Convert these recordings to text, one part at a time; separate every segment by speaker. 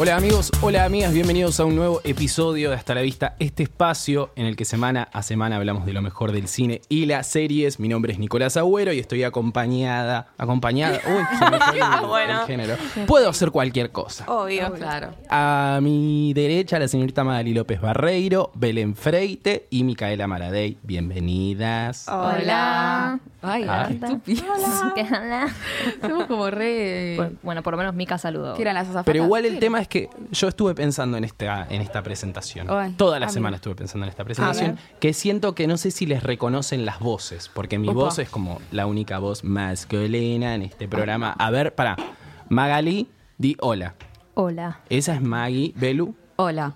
Speaker 1: Hola amigos, hola amigas, bienvenidos a un nuevo episodio de Hasta la Vista, este espacio en el que semana a semana hablamos de lo mejor del cine y las series. Mi nombre es Nicolás Agüero y estoy acompañada, acompañada, uy, se me fue el- el
Speaker 2: Bueno.
Speaker 1: género. Puedo hacer cualquier cosa.
Speaker 2: Obvio.
Speaker 3: Claro.
Speaker 1: A mi derecha, la señorita Madalí López Barreiro, Belén Freite y Micaela Maradei. Bienvenidas.
Speaker 3: Hola. Ay,
Speaker 1: Ah.
Speaker 3: qué estúpido.
Speaker 4: ¿Qué onda?
Speaker 3: Estamos como re.
Speaker 4: Bueno, bueno, por lo menos Mika saludó.
Speaker 3: ¿Qué eran las azafatas?
Speaker 1: Pero igual el tema es que yo estuve pensando en esta, en esta presentación.
Speaker 3: Ay,
Speaker 1: Toda la
Speaker 3: a mí.
Speaker 1: semana estuve pensando en esta
Speaker 3: A
Speaker 1: presentación.
Speaker 3: ver.
Speaker 1: Que siento que no sé si les reconocen las voces, porque mi
Speaker 3: Opa.
Speaker 1: voz es como la única voz masculina en este programa. A ver, para Magali, di hola.
Speaker 4: Hola.
Speaker 1: Esa es Maggie, Belu,
Speaker 3: Hola.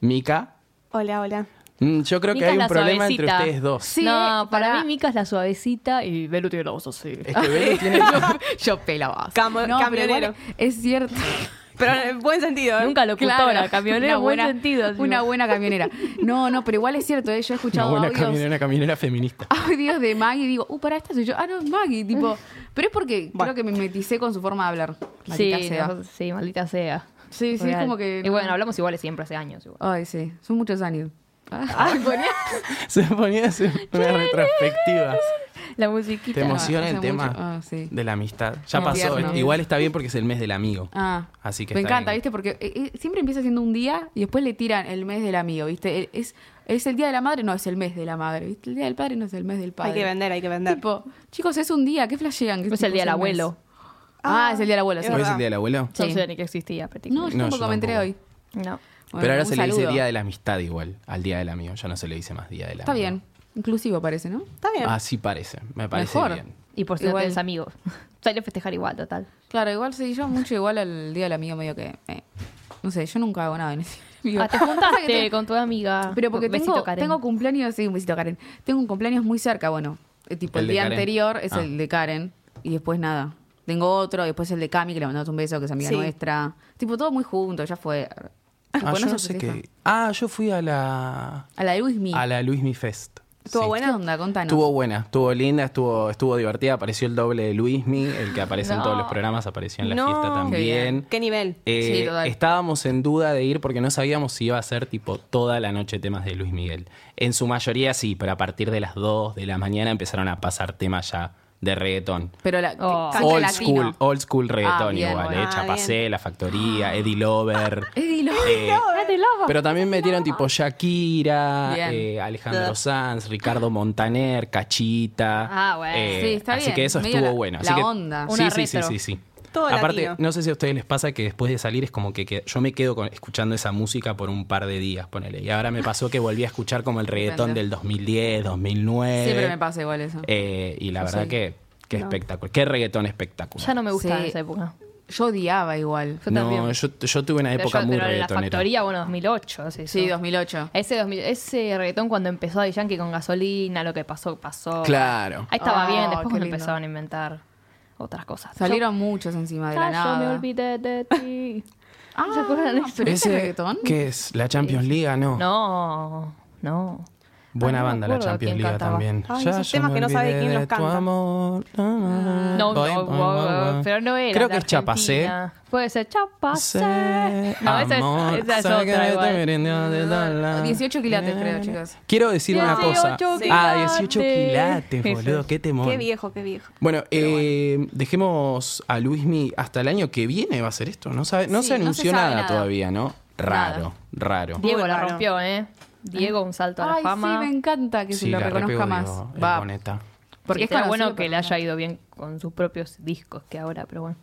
Speaker 1: Mika.
Speaker 2: Hola, hola.
Speaker 1: Mm, Yo creo
Speaker 4: Mika
Speaker 1: que hay
Speaker 4: es
Speaker 1: un
Speaker 4: la
Speaker 1: problema entre
Speaker 4: suavecita.
Speaker 1: ustedes dos.
Speaker 3: Sí,
Speaker 4: no, para,
Speaker 3: pará.
Speaker 4: mí Mika es la suavecita y Belu tiene la voz así.
Speaker 1: Es que Belu tiene.
Speaker 3: Yo pelaba.
Speaker 2: Camo- camionero.
Speaker 3: es cierto.
Speaker 2: Pero en buen sentido, ¿eh?
Speaker 4: Nunca locutora,
Speaker 3: Claro.
Speaker 4: camionera,
Speaker 3: Una
Speaker 4: buen
Speaker 3: buena-
Speaker 4: sentido. digo.
Speaker 3: Una buena camionera. No, no, pero igual es cierto, ¿eh? yo he
Speaker 1: Una
Speaker 3: escuchado
Speaker 1: buena
Speaker 3: audios.
Speaker 1: caminera, una caminera feminista.
Speaker 3: audios de Maggie y digo, uh, para esta soy yo. Ah, no, es Maggie. Tipo, pero es porque
Speaker 2: Bueno.
Speaker 3: creo que me meticé con su forma de hablar. Maldita
Speaker 4: sí,
Speaker 3: sea.
Speaker 4: no, sí, maldita sea.
Speaker 3: Sí, sí,
Speaker 4: Real.
Speaker 3: es como que.
Speaker 4: Y bueno, hablamos iguales siempre, hace años. igual.
Speaker 3: Ay, sí, son muchos años. Ah, ponía-
Speaker 1: Se ponía a hacer una retrospectiva.
Speaker 4: La
Speaker 1: Te
Speaker 4: musiquita.
Speaker 1: emociona el
Speaker 3: hace
Speaker 1: tema
Speaker 3: mucho. Ah, sí.
Speaker 1: de la amistad. Ya
Speaker 3: Ah,
Speaker 1: pasó.
Speaker 3: tierno.
Speaker 1: Igual está bien porque es el mes del amigo.
Speaker 3: Ah,
Speaker 1: Así que
Speaker 3: me
Speaker 1: está
Speaker 3: encanta,
Speaker 1: bien.
Speaker 3: ¿viste? Porque eh, eh, siempre empieza siendo un día y después le tiran el mes del amigo, ¿viste? El- Es, es el día de la madre, no es el mes de la madre, ¿viste? El día del padre no es el mes del padre.
Speaker 2: Hay que vender, hay que vender.
Speaker 3: Tipo, chicos, es un día, ¿qué flashean? Que
Speaker 4: Es el
Speaker 3: tipo
Speaker 4: día del
Speaker 3: un mes?
Speaker 4: abuelo.
Speaker 3: Ah, es el día del abuelo, sí.
Speaker 1: ¿Hoy es el
Speaker 2: verdad.
Speaker 1: día del abuelo?
Speaker 4: Yo
Speaker 3: Sí.
Speaker 4: No sé ni que existía,
Speaker 3: No,
Speaker 4: prácticamente.
Speaker 3: yo
Speaker 1: No,
Speaker 3: tampoco
Speaker 1: yo
Speaker 3: me enteré hoy.
Speaker 1: tampoco.
Speaker 4: No.
Speaker 3: Bueno,
Speaker 1: Pero ahora
Speaker 3: un
Speaker 1: se le dice
Speaker 3: saludo.
Speaker 1: día de la amistad igual, al día del amigo. Ya no se le dice más día del amigo.
Speaker 3: Está bien, inclusivo parece, ¿no?
Speaker 2: Está bien.
Speaker 1: Así parece, me parece
Speaker 3: Mejor.
Speaker 1: bien.
Speaker 4: Y por si no
Speaker 3: Igual.
Speaker 4: tenés amigos. Salió a festejar igual, total.
Speaker 3: Claro, igual sí, yo mucho igual al día del amigo medio que... eh, no sé, yo nunca hago nada en ese amigo.
Speaker 4: Ah, te
Speaker 3: Pasa que
Speaker 4: juntaste
Speaker 3: te-
Speaker 4: con tu amiga.
Speaker 3: Pero porque
Speaker 4: Besito,
Speaker 3: tengo,
Speaker 4: Karen.
Speaker 3: tengo cumpleaños, sí, un besito Karen. Tengo un cumpleaños muy cerca, bueno, eh, tipo
Speaker 1: ¿El
Speaker 3: el,
Speaker 1: de
Speaker 3: día
Speaker 1: Karen?
Speaker 3: anterior es
Speaker 1: Ah.
Speaker 3: el de Karen y después nada. Tengo otro, después el de Cami, que le mandamos un beso, que es amiga
Speaker 2: Sí.
Speaker 3: nuestra. Tipo, todo muy junto, ya fue. Tipo,
Speaker 1: Ah,
Speaker 3: no
Speaker 1: yo
Speaker 3: se
Speaker 1: no sé
Speaker 3: festeja.
Speaker 1: qué. Ah, yo fui a la.
Speaker 3: A la de Luis Mi.
Speaker 1: A la Luis Mi Fest.
Speaker 2: ¿Estuvo
Speaker 1: Sí.
Speaker 2: buena?
Speaker 3: ¿Qué onda? Contanos.
Speaker 1: Estuvo buena, estuvo linda, estuvo, estuvo divertida. Apareció el doble de Luismi, el que aparece en
Speaker 4: No.
Speaker 1: todos los programas, apareció en la
Speaker 2: No.
Speaker 1: fiesta
Speaker 2: Qué
Speaker 1: también.
Speaker 2: ¿Qué nivel?
Speaker 1: Eh,
Speaker 3: Sí, total.
Speaker 1: estábamos en duda de ir porque no sabíamos si iba a ser tipo toda la noche temas de Luis Miguel. En su mayoría sí, pero a partir de las 2 de la mañana empezaron a pasar temas ya de reggaetón.
Speaker 3: Pero la,
Speaker 4: Oh.
Speaker 3: canta
Speaker 1: Old
Speaker 3: latino.
Speaker 1: school, old school reggaetón
Speaker 3: Ah, bien,
Speaker 1: igual,
Speaker 3: bueno.
Speaker 1: eh.
Speaker 2: Ah,
Speaker 1: Chapacé, La Factoría, Eddie Lover.
Speaker 3: Eddie Lover.
Speaker 1: eh, pero también metieron tipo Shakira,
Speaker 3: Bien.
Speaker 1: eh, Alejandro Sanz, Ricardo Montaner, Cachita. Eh,
Speaker 4: Ah, bueno.
Speaker 3: Sí, está
Speaker 1: Así
Speaker 3: bien.
Speaker 1: que eso
Speaker 3: Medio
Speaker 1: estuvo
Speaker 3: la-
Speaker 1: bueno. Así
Speaker 3: la
Speaker 1: que-
Speaker 3: onda.
Speaker 1: Sí,
Speaker 4: Una
Speaker 1: sí, sí,
Speaker 4: retro.
Speaker 1: sí, sí.
Speaker 2: Todo
Speaker 1: Aparte,
Speaker 2: latino.
Speaker 1: no sé si a ustedes les pasa que después de salir es como que, que- yo me quedo con- escuchando esa música por un par de días, ponele. Y ahora me pasó que volví a escuchar como el reggaetón
Speaker 3: Depende.
Speaker 1: del 2010, 2009.
Speaker 3: Siempre me pasa igual eso.
Speaker 1: Eh, y la verdad
Speaker 3: Sí.
Speaker 1: que, que espectáculo. Qué reggaetón espectacular.
Speaker 4: Ya no me gustaba
Speaker 3: Sí.
Speaker 4: en esa época.
Speaker 3: Yo odiaba igual.
Speaker 4: Yo
Speaker 1: no,
Speaker 4: también.
Speaker 1: yo, yo tuve una
Speaker 4: Pero
Speaker 1: época
Speaker 4: yo-
Speaker 1: muy
Speaker 4: pero la
Speaker 1: reggaetonera.
Speaker 4: factoría, bueno, 2008. es eso.
Speaker 3: Sí, 2008.
Speaker 4: Ese, 2000 ese reggaetón cuando empezó Daddy Yankee con gasolina, lo que pasó, pasó.
Speaker 1: Claro.
Speaker 4: Ahí estaba
Speaker 3: Ah,
Speaker 4: bien,
Speaker 3: qué
Speaker 4: después cuando
Speaker 3: lindo.
Speaker 4: empezaron a inventar otras cosas.
Speaker 3: Salieron muchos encima
Speaker 4: Yo-
Speaker 3: de la
Speaker 4: Ah, yo
Speaker 3: nada.
Speaker 4: me olvidé de ti.
Speaker 3: Ah,
Speaker 4: ¿Se acuerdan de eso?
Speaker 3: ¿pero ese reggaetón?
Speaker 1: ¿Qué es? ¿La Champions League? No.
Speaker 4: No, no.
Speaker 1: Buena
Speaker 4: Ah, no me
Speaker 1: banda la
Speaker 4: acuerdo
Speaker 1: Champions
Speaker 4: quién
Speaker 1: League
Speaker 4: cantaba.
Speaker 1: también.
Speaker 2: Ay,
Speaker 1: Ya
Speaker 2: esos
Speaker 1: yo
Speaker 2: temas
Speaker 1: me
Speaker 2: que no sabe
Speaker 1: olvidé
Speaker 2: quién los
Speaker 1: de tu
Speaker 2: canta.
Speaker 1: amor.
Speaker 4: Ah, No,
Speaker 1: Voy,
Speaker 4: no,
Speaker 1: voy,
Speaker 4: wow,
Speaker 1: voy.
Speaker 4: pero no era.
Speaker 1: Creo
Speaker 4: de
Speaker 1: que es ¿eh? Chapacé.
Speaker 4: Argentina. Puede ser Chapacé. No, esa
Speaker 1: Amor,
Speaker 4: es, esa es
Speaker 1: sabe que
Speaker 4: otra
Speaker 1: me estoy
Speaker 4: igual.
Speaker 1: muriendo de dolor.
Speaker 3: 18 quilates, creo, chicas.
Speaker 1: Quiero decir una cosa.
Speaker 4: 18
Speaker 1: Ah, 18
Speaker 4: quilates.
Speaker 1: quilates, boludo, qué temor.
Speaker 2: Qué viejo, qué viejo.
Speaker 1: Bueno, eh, dejemos a Luismi hasta el año que viene va a ser esto. No, sabe, no
Speaker 3: Sí,
Speaker 1: se
Speaker 3: no se
Speaker 1: anunció
Speaker 3: sabe
Speaker 1: nada,
Speaker 3: nada.
Speaker 1: todavía, ¿no? Raro, raro.
Speaker 4: Diego
Speaker 2: Muy
Speaker 4: la
Speaker 2: raro.
Speaker 4: rompió, ¿eh? Diego, un salto a la
Speaker 3: Ay,
Speaker 4: fama.
Speaker 3: sí, me encanta que se lo
Speaker 1: la
Speaker 3: reconozca
Speaker 1: repego,
Speaker 3: más.
Speaker 1: digo, el
Speaker 3: Va.
Speaker 1: Boneta.
Speaker 4: Porque
Speaker 3: Porque
Speaker 4: está
Speaker 3: es
Speaker 4: bueno
Speaker 3: conocido,
Speaker 4: que
Speaker 3: pero
Speaker 4: le haya
Speaker 3: no.
Speaker 4: ido bien con sus propios discos que ahora, pero bueno.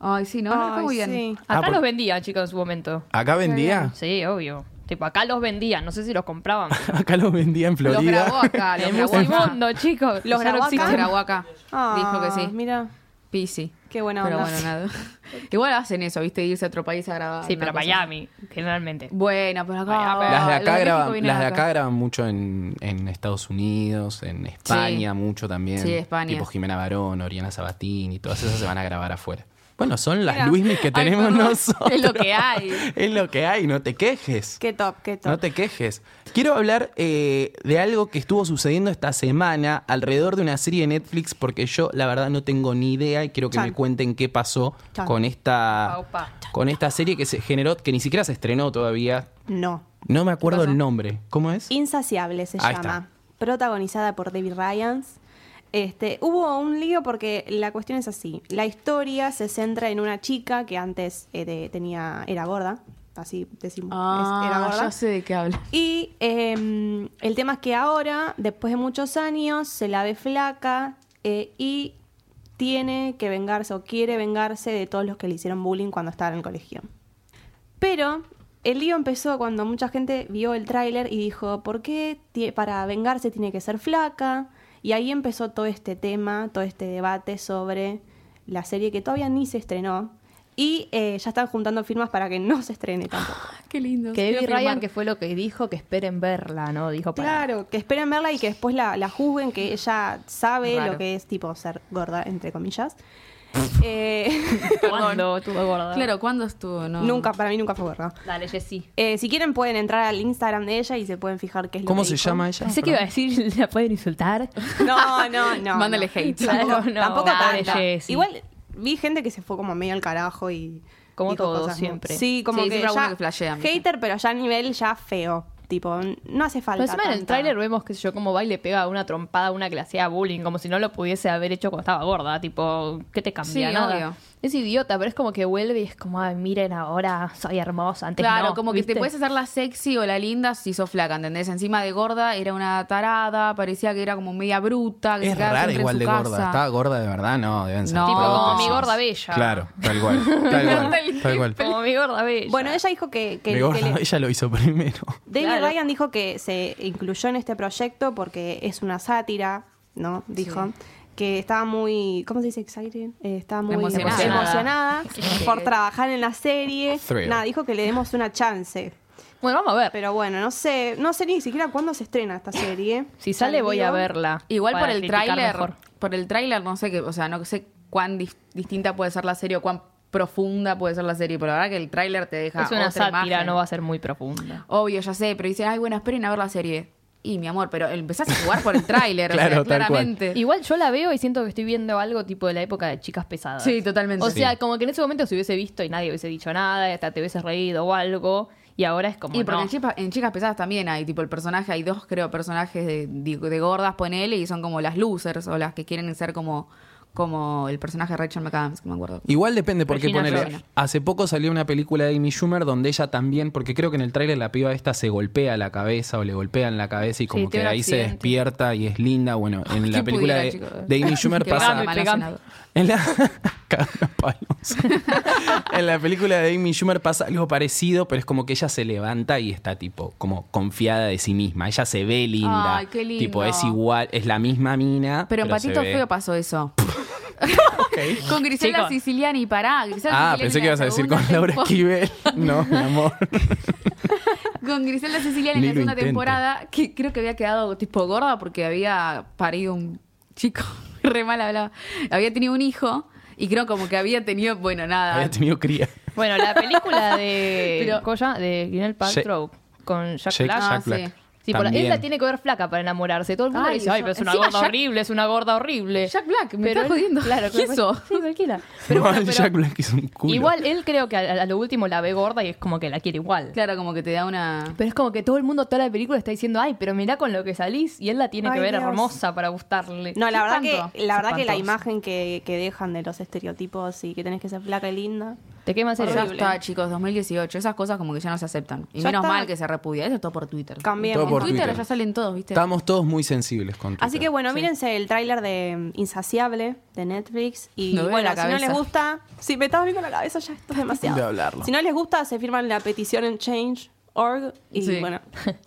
Speaker 3: Ay, sí, no, no, está
Speaker 2: Ay,
Speaker 3: muy bien.
Speaker 2: sí.
Speaker 1: Ah,
Speaker 4: Acá
Speaker 1: por-
Speaker 4: los vendían, chicos, en su momento.
Speaker 1: ¿Acá vendía?
Speaker 4: Sí, obvio. Tipo, acá los vendían, no sé si los compraban.
Speaker 1: Acá los vendía en
Speaker 3: Los grabó
Speaker 1: Florida.
Speaker 3: acá, los
Speaker 4: En
Speaker 3: grabó acá.
Speaker 4: Musimundo, chicos.
Speaker 2: ¿Los
Speaker 4: Ya
Speaker 2: grabó acá?
Speaker 4: no
Speaker 3: Los
Speaker 4: existen.
Speaker 3: grabó acá.
Speaker 2: Ah,
Speaker 3: Dijo que sí.
Speaker 2: Mira.
Speaker 3: Pisi.
Speaker 2: Qué buena
Speaker 3: Pero
Speaker 2: onda.
Speaker 3: bueno, nada. Igual hacen eso, ¿viste? Irse a otro país a grabar.
Speaker 4: Sí,
Speaker 3: una
Speaker 4: pero
Speaker 3: cosa.
Speaker 4: Miami, generalmente.
Speaker 3: Bueno, pero acá.
Speaker 4: Miami.
Speaker 1: Las de
Speaker 3: los
Speaker 1: acá,
Speaker 3: México
Speaker 1: graban,
Speaker 3: vienen
Speaker 1: las de acá graban mucho en, en Estados Unidos, en España mucho también.
Speaker 3: Sí, España.
Speaker 1: Tipo Jimena Barón, Oriana Sabatini, todas esas se van a grabar afuera. Bueno, son las
Speaker 2: Mira.
Speaker 1: Luismis que
Speaker 3: Ay,
Speaker 1: tenemos
Speaker 3: perdón.
Speaker 1: nosotros.
Speaker 3: Es lo que hay.
Speaker 1: Es lo que hay, no te quejes.
Speaker 2: Qué top, qué top.
Speaker 1: No te quejes. Quiero hablar eh, de algo que estuvo sucediendo esta semana alrededor de una serie de Netflix, porque yo la verdad no tengo ni idea y quiero que
Speaker 2: Chan.
Speaker 1: me cuenten qué pasó
Speaker 2: Chan.
Speaker 1: con esta,
Speaker 4: Opa, opa.
Speaker 1: con esta serie que se generó, que ni siquiera se estrenó todavía.
Speaker 2: No.
Speaker 1: No me acuerdo el nombre. ¿Cómo es?
Speaker 2: Insaciable se
Speaker 1: Ahí
Speaker 2: llama. Protagonizada por David Ryans. Este, hubo un lío porque la cuestión es así. La historia se centra en una chica que antes eh, de- tenía, era gorda. Así decimos.
Speaker 3: Ah,
Speaker 2: es- era gorda.
Speaker 3: ya sé de qué habla.
Speaker 2: Y eh, el tema es que ahora, después de muchos años, se la ve flaca eh, y tiene que vengarse o quiere vengarse de todos los que le hicieron bullying cuando estaba en el colegio. Pero el lío empezó cuando mucha gente vio el tráiler y dijo, ¿por qué ti- para vengarse tiene que ser flaca? Y ahí empezó todo este tema, todo este debate sobre la serie que todavía ni se estrenó. Y eh, ya están juntando firmas para que no se estrene tampoco.
Speaker 3: Qué lindo.
Speaker 4: Que
Speaker 3: Quiero
Speaker 4: David
Speaker 3: firmar.
Speaker 4: Ryan, que fue lo que dijo, que esperen verla, ¿no? Dijo para...
Speaker 2: Claro, que esperen verla y que después la, la juzguen, que ella sabe
Speaker 4: Raro.
Speaker 2: lo que es tipo ser gorda, entre comillas. Eh,
Speaker 4: ¿Cuándo estuvo gorda?
Speaker 3: Claro, ¿cuándo estuvo? No.
Speaker 2: Nunca, para mí nunca fue gorda.
Speaker 4: Dale, Jessy.
Speaker 2: Eh, si quieren pueden entrar al Instagram de ella y se pueden fijar qué es lo
Speaker 1: ¿Cómo
Speaker 2: que
Speaker 1: se
Speaker 2: dijo.
Speaker 1: llama ella?
Speaker 4: Pensé que iba a decir, la pueden insultar.
Speaker 2: No, no, no.
Speaker 3: Mándale
Speaker 2: no.
Speaker 3: hate.
Speaker 2: Tampoco,
Speaker 4: Claro, no.
Speaker 2: tampoco
Speaker 4: Pobre
Speaker 2: tanta.
Speaker 4: Jessy.
Speaker 2: Igual vi gente que se fue como medio al carajo y...
Speaker 4: Como
Speaker 2: dijo
Speaker 4: todos,
Speaker 2: cosas muy-
Speaker 4: siempre.
Speaker 2: Sí, como
Speaker 3: Sí,
Speaker 2: que,
Speaker 3: siempre
Speaker 2: ya
Speaker 3: alguno que flashea, amiga.
Speaker 2: Hater, pero ya a nivel ya feo. Tipo, no hace falta
Speaker 4: Pero encima Pues en el
Speaker 2: tanta-
Speaker 4: tráiler vemos, que yo, como va y le pega una trompada a una que le hacía bullying, como si no lo pudiese haber hecho cuando estaba gorda. Tipo, ¿qué te cambia?
Speaker 3: Sí,
Speaker 4: Nada.
Speaker 3: obvio.
Speaker 4: Es idiota, pero es como que vuelve y es como, ay, miren ahora, soy hermosa, antes
Speaker 3: Claro,
Speaker 4: no",
Speaker 3: como que
Speaker 4: ¿viste?
Speaker 3: te puedes hacer la sexy o la linda si sos flaca, ¿entendés? Encima de gorda era una tarada, parecía que era como media bruta. Que se
Speaker 1: Es
Speaker 3: quedaba
Speaker 1: rara
Speaker 3: siempre en
Speaker 1: igual
Speaker 3: su
Speaker 1: de gorda.
Speaker 3: casa.
Speaker 1: ¿Estaba gorda de verdad? No, deben ser.
Speaker 3: No. Tipo
Speaker 1: prótesis.
Speaker 3: como mi
Speaker 4: gorda bella.
Speaker 1: Claro, tal cual. Tal cual. tal cual.
Speaker 4: Como mi gorda bella.
Speaker 2: Bueno, ella dijo que... que-
Speaker 1: Mi
Speaker 2: que
Speaker 1: gorda,
Speaker 2: le-
Speaker 1: ella lo hizo primero.
Speaker 2: David
Speaker 4: Claro.
Speaker 2: Ryan dijo que se incluyó en este proyecto porque es una sátira, ¿no? Dijo. Que estaba muy, ¿cómo se dice? Excited. Eh, estaba muy
Speaker 3: Emocionada.
Speaker 2: emocionada por trabajar en la serie.
Speaker 1: Thrilled.
Speaker 2: Nada, dijo que le demos una chance.
Speaker 4: Bueno, vamos a ver.
Speaker 2: Pero bueno, no sé, no sé ni siquiera cuándo se estrena esta serie.
Speaker 4: si
Speaker 2: Ya
Speaker 4: sale,
Speaker 2: les
Speaker 4: voy a
Speaker 2: digo.
Speaker 4: verla.
Speaker 3: Igual
Speaker 4: para
Speaker 3: por el
Speaker 4: criticar
Speaker 3: tráiler,
Speaker 4: mejor.
Speaker 3: por el tráiler no sé qué, o sea, no sé cuán dis- distinta puede ser la serie o cuán profunda puede ser la serie, pero la verdad que el tráiler te deja
Speaker 4: Es una
Speaker 3: otra
Speaker 4: sátira,
Speaker 3: imagen.
Speaker 4: no va a ser muy profunda.
Speaker 3: Obvio, ya sé, pero dice, ay, bueno, esperen a ver la serie. Y mi amor, pero empezás a jugar por el tráiler,
Speaker 1: Claro,
Speaker 3: o sea,
Speaker 1: tal cual.
Speaker 3: claramente.
Speaker 4: Igual yo la veo y siento que estoy viendo algo tipo de la época de chicas pesadas.
Speaker 3: Sí, totalmente.
Speaker 4: O sea,
Speaker 1: Sí.
Speaker 4: como que en ese momento se hubiese visto y nadie hubiese dicho nada, hasta te hubieses reído o algo. Y ahora es como.
Speaker 3: Y porque
Speaker 4: no.
Speaker 3: en, Chipa- en Chicas Pesadas también hay, tipo, el personaje, hay dos, creo, personajes de, de- de gordas, ponele, y son como las losers o las que quieren ser como, como el personaje de Rachel McAdams, que me acuerdo.
Speaker 1: Igual depende, porque
Speaker 4: Regina
Speaker 1: ponele,
Speaker 4: George.
Speaker 1: hace poco salió una película de Amy Schumer donde ella también, porque creo que en el tráiler la piba esta se golpea la cabeza o le golpean la cabeza y como
Speaker 4: Sí,
Speaker 1: que
Speaker 4: tiene
Speaker 1: de
Speaker 4: un
Speaker 1: ahí se
Speaker 4: accidente.
Speaker 1: despierta y es linda. Bueno, en la
Speaker 3: ¿Quién
Speaker 1: película
Speaker 3: pudiera,
Speaker 1: de,
Speaker 3: chicos?
Speaker 1: de Amy Schumer
Speaker 3: Que
Speaker 1: pasa...
Speaker 3: va mal
Speaker 4: pegame.
Speaker 3: cenado.
Speaker 1: En la... Cagando a palos. en la película de Amy Schumer pasa algo parecido, pero es como que ella se levanta y está tipo como confiada de sí misma. Ella se ve linda.
Speaker 3: Ay, qué lindo.
Speaker 1: Tipo, es igual, es la misma mina.
Speaker 3: Pero en
Speaker 1: se
Speaker 3: Patito
Speaker 1: ve.
Speaker 3: Feo pasó eso.
Speaker 1: Ok.
Speaker 3: Con Griselda
Speaker 4: Chicos.
Speaker 3: Siciliani, pará. Griselda
Speaker 1: Ah,
Speaker 3: Siciliani
Speaker 1: pensé
Speaker 3: en
Speaker 1: que
Speaker 3: la
Speaker 1: ibas a decir con
Speaker 3: segunda
Speaker 1: Laura
Speaker 3: tempo-
Speaker 1: Esquivel. No, mi amor.
Speaker 3: Con Griselda Siciliani
Speaker 1: Ni lo
Speaker 3: en la segunda
Speaker 1: intente.
Speaker 3: temporada, que creo que había quedado tipo gorda porque había parido un chico, re mal hablaba. Había tenido un hijo y creo como que había tenido, bueno,
Speaker 4: Ah,
Speaker 3: nada.
Speaker 1: Había tenido cría.
Speaker 4: Bueno, la película de.
Speaker 3: Pero-
Speaker 4: Colla, de Gwyneth Paltrow con Jack
Speaker 1: Jack,
Speaker 4: Black.
Speaker 3: Ah,
Speaker 1: Jack Black.
Speaker 3: sí.
Speaker 4: Sí, por la-
Speaker 1: También.
Speaker 4: él la tiene que ver flaca para enamorarse. Todo el mundo
Speaker 3: Ay,
Speaker 4: dice, ay,
Speaker 3: yo-
Speaker 4: pero es una
Speaker 3: encima
Speaker 4: gorda
Speaker 3: Jack-
Speaker 4: horrible, es una gorda horrible.
Speaker 3: Eh, Jack Black, me
Speaker 4: Pero
Speaker 3: está
Speaker 4: él-
Speaker 3: jodiendo.
Speaker 4: Claro,
Speaker 3: ¿Qué eso?
Speaker 4: Sí, tranquila. Pero
Speaker 1: Igual
Speaker 4: bueno, pero-
Speaker 1: Jack Black es un culo.
Speaker 4: Igual él creo que a, a lo último la ve gorda y es como que la quiere igual.
Speaker 3: Claro, como que te da una...
Speaker 4: Pero es como que todo el mundo, toda la película está diciendo, ay, pero mirá con lo que salís. Y él la tiene que
Speaker 2: Ay,
Speaker 4: ver
Speaker 2: Dios.
Speaker 4: hermosa para gustarle.
Speaker 2: No, la verdad
Speaker 3: Espanto.
Speaker 2: que la verdad que la
Speaker 3: Espantoso.
Speaker 2: imagen que, que dejan de los estereotipos y que tenés que ser flaca y linda.
Speaker 4: Te quema en
Speaker 3: Ya
Speaker 4: serio.
Speaker 3: está, chicos, 2018. Esas cosas como que ya no se aceptan. Y
Speaker 2: Ya
Speaker 3: menos
Speaker 2: está.
Speaker 3: mal que se repudia. Eso es todo por Twitter.
Speaker 2: Cambiemos.
Speaker 1: Todo por
Speaker 3: Twitter,
Speaker 1: Twitter.
Speaker 3: ya salen todos, ¿viste?
Speaker 1: Estamos todos muy sensibles con Twitter.
Speaker 2: Así que bueno, mírense el tráiler de mm, Insaciable de Netflix y
Speaker 3: Me duele
Speaker 2: bueno,
Speaker 3: la
Speaker 2: si no
Speaker 3: cabeza.
Speaker 2: les gusta, si me estás viendo la cabeza ya esto es demasiado.
Speaker 1: De hablarlo.
Speaker 2: Si no les gusta, se firman la petición en change.org y
Speaker 3: Sí.
Speaker 2: bueno,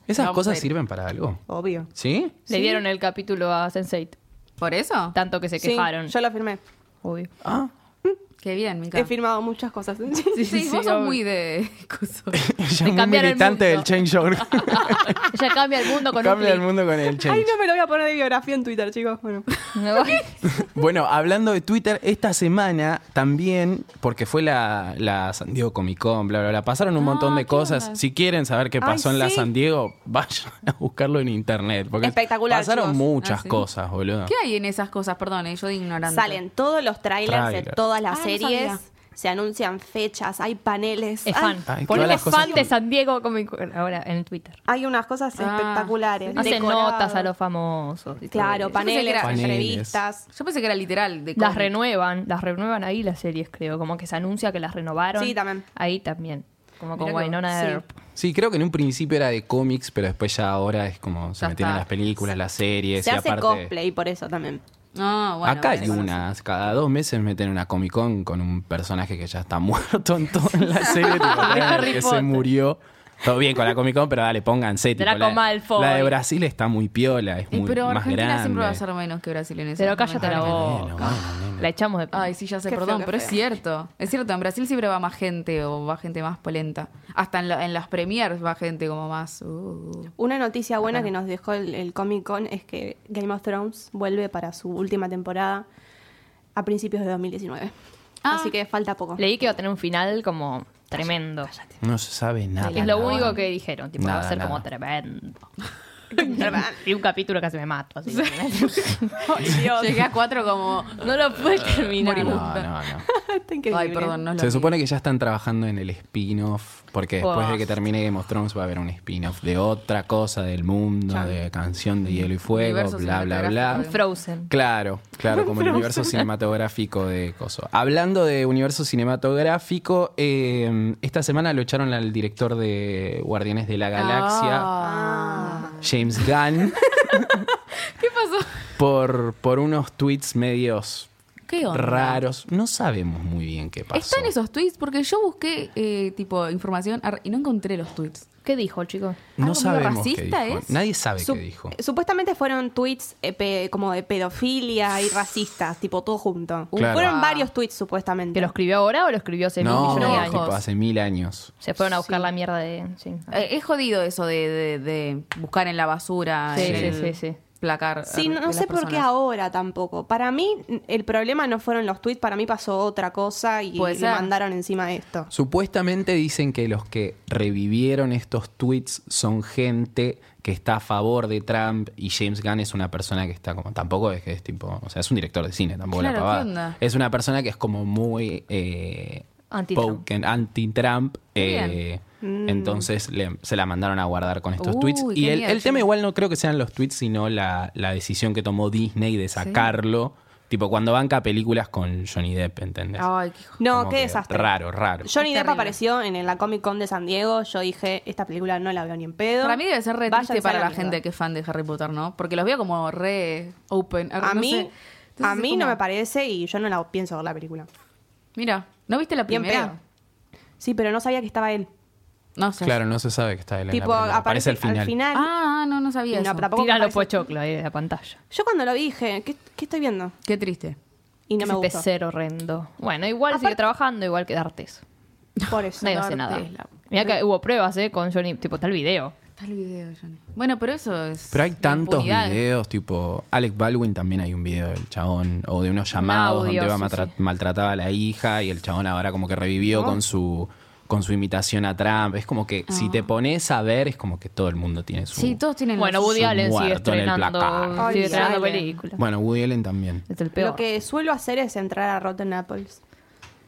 Speaker 1: ¿Esas
Speaker 3: Vamos a
Speaker 1: cosas
Speaker 3: ir.
Speaker 1: sirven para algo?
Speaker 2: obvio.
Speaker 1: ¿Sí?
Speaker 4: Le dieron el capítulo a Sensei.
Speaker 3: ¿Por eso?
Speaker 4: Tanto que se
Speaker 2: Sí,
Speaker 4: quejaron.
Speaker 2: yo la firmé.
Speaker 4: Obvio.
Speaker 1: Ah.
Speaker 3: Qué bien, me
Speaker 2: He
Speaker 3: encanta.
Speaker 2: firmado muchas cosas.
Speaker 3: Sí,
Speaker 4: sí,
Speaker 3: vos sos
Speaker 4: obvio.
Speaker 3: muy de cosas.
Speaker 4: De
Speaker 1: Ella es muy
Speaker 4: cambiar el
Speaker 1: militante del
Speaker 4: mundo.
Speaker 1: change.org.
Speaker 4: Ella cambia el mundo con
Speaker 1: Cambia el
Speaker 4: un clic.
Speaker 1: mundo con el
Speaker 2: Ay,
Speaker 1: change.
Speaker 2: no me lo voy a poner de biografía en Twitter, chicos. Bueno.
Speaker 1: Bueno, hablando de Twitter, esta semana también, porque fue la, la San Diego Comic Con, bla, bla, bla, pasaron un montón de cosas. Si quieren saber qué
Speaker 2: Ah, Ay,
Speaker 1: pasó en la
Speaker 2: sí.
Speaker 1: San Diego, vayan a buscarlo en internet. Porque
Speaker 2: Espectacular,
Speaker 1: Pasaron
Speaker 2: chicos.
Speaker 1: muchas
Speaker 3: Ah, sí.
Speaker 1: cosas, boludo.
Speaker 3: ¿Qué hay en esas cosas? Perdón, eh, yo de ignorante.
Speaker 2: Salen todos los trailers de
Speaker 1: Trailers.
Speaker 2: todas las
Speaker 3: Ah, no
Speaker 2: series.
Speaker 3: sabía.
Speaker 2: se anuncian fechas, hay paneles.
Speaker 4: Es
Speaker 2: Ay,
Speaker 4: fan.
Speaker 1: Ay, todas
Speaker 4: Ponele
Speaker 1: las cosas-
Speaker 4: fan de San Diego Comic Con ahora en Twitter.
Speaker 2: Hay unas cosas
Speaker 3: Ah,
Speaker 2: espectaculares.
Speaker 4: Hacen
Speaker 2: decorado.
Speaker 4: notas a los famosos. y todo
Speaker 2: Claro,
Speaker 4: eso.
Speaker 3: pensé que
Speaker 2: paneles,
Speaker 3: era-
Speaker 1: Paneles.
Speaker 2: entrevistas.
Speaker 3: Yo pensé que era literal. De
Speaker 4: Las
Speaker 3: cómic.
Speaker 4: renuevan, las renuevan ahí las series, creo. Como que se anuncia que las renovaron.
Speaker 2: Sí, también.
Speaker 4: Ahí también. Como con
Speaker 3: Mirá que-
Speaker 4: Winona
Speaker 2: sí.
Speaker 4: Earp.
Speaker 1: Sí, creo que en un principio era de cómics, pero después ya ahora es como se
Speaker 3: Ya
Speaker 1: metieron
Speaker 3: está.
Speaker 1: las películas, las series.
Speaker 2: Se
Speaker 1: y
Speaker 2: hace
Speaker 1: aparte,
Speaker 2: cosplay por eso también.
Speaker 3: Ah, bueno,
Speaker 1: Acá hay
Speaker 3: bueno, bueno.
Speaker 1: unas, cada dos meses meten una Comic Con con un personaje que ya está muerto en toda la serie, tipo,
Speaker 4: Harry
Speaker 1: que se
Speaker 4: Potter.
Speaker 1: murió. Todo bien con la Comic Con, pero dale, pónganse. tipo,
Speaker 4: Draco
Speaker 1: la,
Speaker 4: Malfoy.
Speaker 1: la de Brasil está muy piola, es
Speaker 3: Eh,
Speaker 1: muy
Speaker 3: pero
Speaker 1: más
Speaker 3: Argentina
Speaker 1: grande.
Speaker 3: siempre va a ser menos que Brasil en eso.
Speaker 4: Pero
Speaker 3: No
Speaker 4: cállate
Speaker 3: me
Speaker 4: la
Speaker 3: jodas.
Speaker 1: Ah, bueno,
Speaker 4: boca.
Speaker 1: bueno, nena.
Speaker 4: La echamos de
Speaker 3: Ay, sí, ya sé,
Speaker 2: Qué feo,
Speaker 3: perdón,
Speaker 2: qué
Speaker 3: pero es
Speaker 2: feo.
Speaker 3: cierto. Es cierto, en Brasil siempre va más gente o va gente más polenta. Hasta en, la- en las premiers va gente como más. uh.
Speaker 2: Una noticia buena que nos dejó el, el Comic Con es que Game of Thrones vuelve para su última temporada a principios de 2019.
Speaker 3: Ah.
Speaker 2: Así que falta poco.
Speaker 4: Leí que iba a tener un final como tremendo.
Speaker 1: No se sabe nada.
Speaker 4: Es lo
Speaker 1: nada.
Speaker 4: único que dijeron, tipo, va
Speaker 1: Nada,
Speaker 4: a ser
Speaker 1: nada.
Speaker 4: como tremendo. y un capítulo casi me mato, así.
Speaker 3: Llegué a cuatro como.
Speaker 4: no lo pude terminar.
Speaker 1: No, no, no.
Speaker 2: Está increíble.
Speaker 3: Ay, perdón, no es lo
Speaker 1: Se
Speaker 3: mío.
Speaker 1: supone que ya están trabajando en el spin-off, porque después
Speaker 4: Buah.
Speaker 1: de que termine Game of Thrones va a haber un spin-off de otra cosa del mundo, de canción de hielo y fuego,
Speaker 3: Universo
Speaker 1: bla, bla, bla.
Speaker 3: cinematográfico.
Speaker 4: Frozen.
Speaker 1: Claro, claro, como el universo cinematográfico de Coso. Hablando de universo cinematográfico, eh, esta semana lo echaron al director de Guardianes de la Galaxia,
Speaker 3: Ah.
Speaker 1: James Gunn,
Speaker 3: ¿Qué pasó?
Speaker 1: por, por unos tweets medios
Speaker 3: ¿Qué onda?
Speaker 1: raros. No sabemos muy bien qué pasó.
Speaker 3: ¿Están esos tweets? Porque yo busqué eh, tipo información ar- y no encontré los tweets.
Speaker 4: ¿Qué dijo el chico?
Speaker 1: No
Speaker 3: ¿Algo medio
Speaker 1: sabemos qué
Speaker 3: racista
Speaker 1: dijo.
Speaker 3: es?
Speaker 1: Nadie sabe
Speaker 2: Sup-
Speaker 1: qué dijo.
Speaker 2: Supuestamente fueron tweets eh, pe- como de pedofilia y racistas, tipo todo junto.
Speaker 1: Claro.
Speaker 2: Fueron varios tweets supuestamente.
Speaker 4: ¿Que lo escribió ahora o lo escribió hace
Speaker 1: No,
Speaker 4: mil millones de
Speaker 3: no,
Speaker 4: años?
Speaker 1: tipo, hace mil años.
Speaker 4: Se fueron a buscar
Speaker 3: Sí.
Speaker 4: la mierda de. Sí.
Speaker 3: Eh, es jodido eso de, de- de buscar en la basura,
Speaker 4: Sí,
Speaker 3: en
Speaker 4: sí,
Speaker 3: el
Speaker 4: sí, sí.
Speaker 3: placar. eh,
Speaker 2: Sí,
Speaker 3: de
Speaker 2: no, no
Speaker 3: las
Speaker 2: sé por qué
Speaker 3: personas.
Speaker 2: ahora tampoco. Para mí, el problema no fueron los tweets, para mí pasó otra cosa y
Speaker 3: Puede
Speaker 2: le
Speaker 3: ser.
Speaker 2: mandaron encima esto.
Speaker 1: Supuestamente dicen que los que revivieron estos tweets son gente que está a favor de Trump y James Gunn es una persona que está como. Tampoco es que es tipo. O sea, es un director de cine, tampoco la
Speaker 3: Claro,
Speaker 1: pavada.
Speaker 3: ¿qué onda?
Speaker 1: Es una persona que es como muy. Eh,
Speaker 4: Anti-Trump.
Speaker 1: poke and anti-Trump. eh,
Speaker 2: Mm.
Speaker 1: entonces le- se la mandaron a guardar con estos
Speaker 3: Uy,
Speaker 1: tweets. Y
Speaker 3: qué
Speaker 1: el,
Speaker 3: miedo,
Speaker 1: el tema
Speaker 3: sí.
Speaker 1: igual no creo que sean los tweets, sino la, la decisión que tomó Disney de sacarlo. Tipo, cuando banca películas con Johnny Depp, ¿entendés?
Speaker 3: Ay, qué jo-
Speaker 2: No,
Speaker 1: Como
Speaker 2: qué
Speaker 1: que
Speaker 2: desastre.
Speaker 1: Raro, raro.
Speaker 2: Johnny
Speaker 3: Es
Speaker 2: Depp
Speaker 3: terrible.
Speaker 2: apareció en la Comic Con de San Diego. Yo dije, esta película no la veo ni en pedo.
Speaker 3: Para mí debe ser re
Speaker 2: Váyanse
Speaker 3: triste para
Speaker 2: a
Speaker 3: la
Speaker 2: mierda.
Speaker 3: gente que es fan de Harry Potter, ¿no? Porque los veo como re open.
Speaker 2: A mí, a mí no me
Speaker 3: parece.
Speaker 2: parece y yo no la pienso ver la película.
Speaker 3: Mira, ¿no viste la
Speaker 2: Bien
Speaker 3: primera?
Speaker 2: pedo. Sí, pero no sabía que estaba él.
Speaker 3: No sé.
Speaker 1: Claro, no se sabe que está él en la
Speaker 2: tipo,
Speaker 1: película.
Speaker 2: aparece,
Speaker 1: al final.
Speaker 2: Al final
Speaker 3: Ah, no, no sabía
Speaker 2: No,
Speaker 3: eso.
Speaker 2: pero tampoco-
Speaker 4: Tíralo
Speaker 2: parece-
Speaker 4: pochoclo ahí de la pantalla.
Speaker 2: Yo cuando lo vi dije, ¿qué, qué estoy viendo?
Speaker 3: Qué triste.
Speaker 2: Y no me
Speaker 3: este
Speaker 4: Ese
Speaker 2: gustó.
Speaker 4: pecero horrendo. Bueno, igual sigue
Speaker 2: Aparte-
Speaker 4: trabajando, igual que darte eso.
Speaker 2: Por eso.
Speaker 4: Nadie hace nada.
Speaker 3: Dartes, la-
Speaker 4: Mira que hubo pruebas, ¿eh? Con Johnny. Tipo, está el video.
Speaker 3: Está el video, Johnny. Bueno, pero eso es.
Speaker 1: Pero hay
Speaker 3: la
Speaker 1: tantos
Speaker 3: impunidad.
Speaker 1: videos, tipo Alec Baldwin también hay un video del chabón, o de unos llamados
Speaker 3: audio,
Speaker 1: donde va
Speaker 3: sí,
Speaker 1: matra-
Speaker 3: sí.
Speaker 1: maltrataba a la hija y el chabón ahora como que revivió con su con su imitación a Trump. Es como que si te pones a ver, es como que todo el mundo tiene su...
Speaker 3: Sí, todos tienen.
Speaker 4: Bueno,
Speaker 3: los-
Speaker 4: Woody
Speaker 1: su
Speaker 4: Allen sigue
Speaker 1: muerto en el
Speaker 4: estrenando,
Speaker 1: placar.
Speaker 4: sigue
Speaker 2: Ay,
Speaker 4: estrenando
Speaker 3: Allen.
Speaker 4: películas.
Speaker 1: Bueno, Woody Allen también.
Speaker 4: Es el peor.
Speaker 2: Lo que suelo hacer es entrar a Rotten Apples.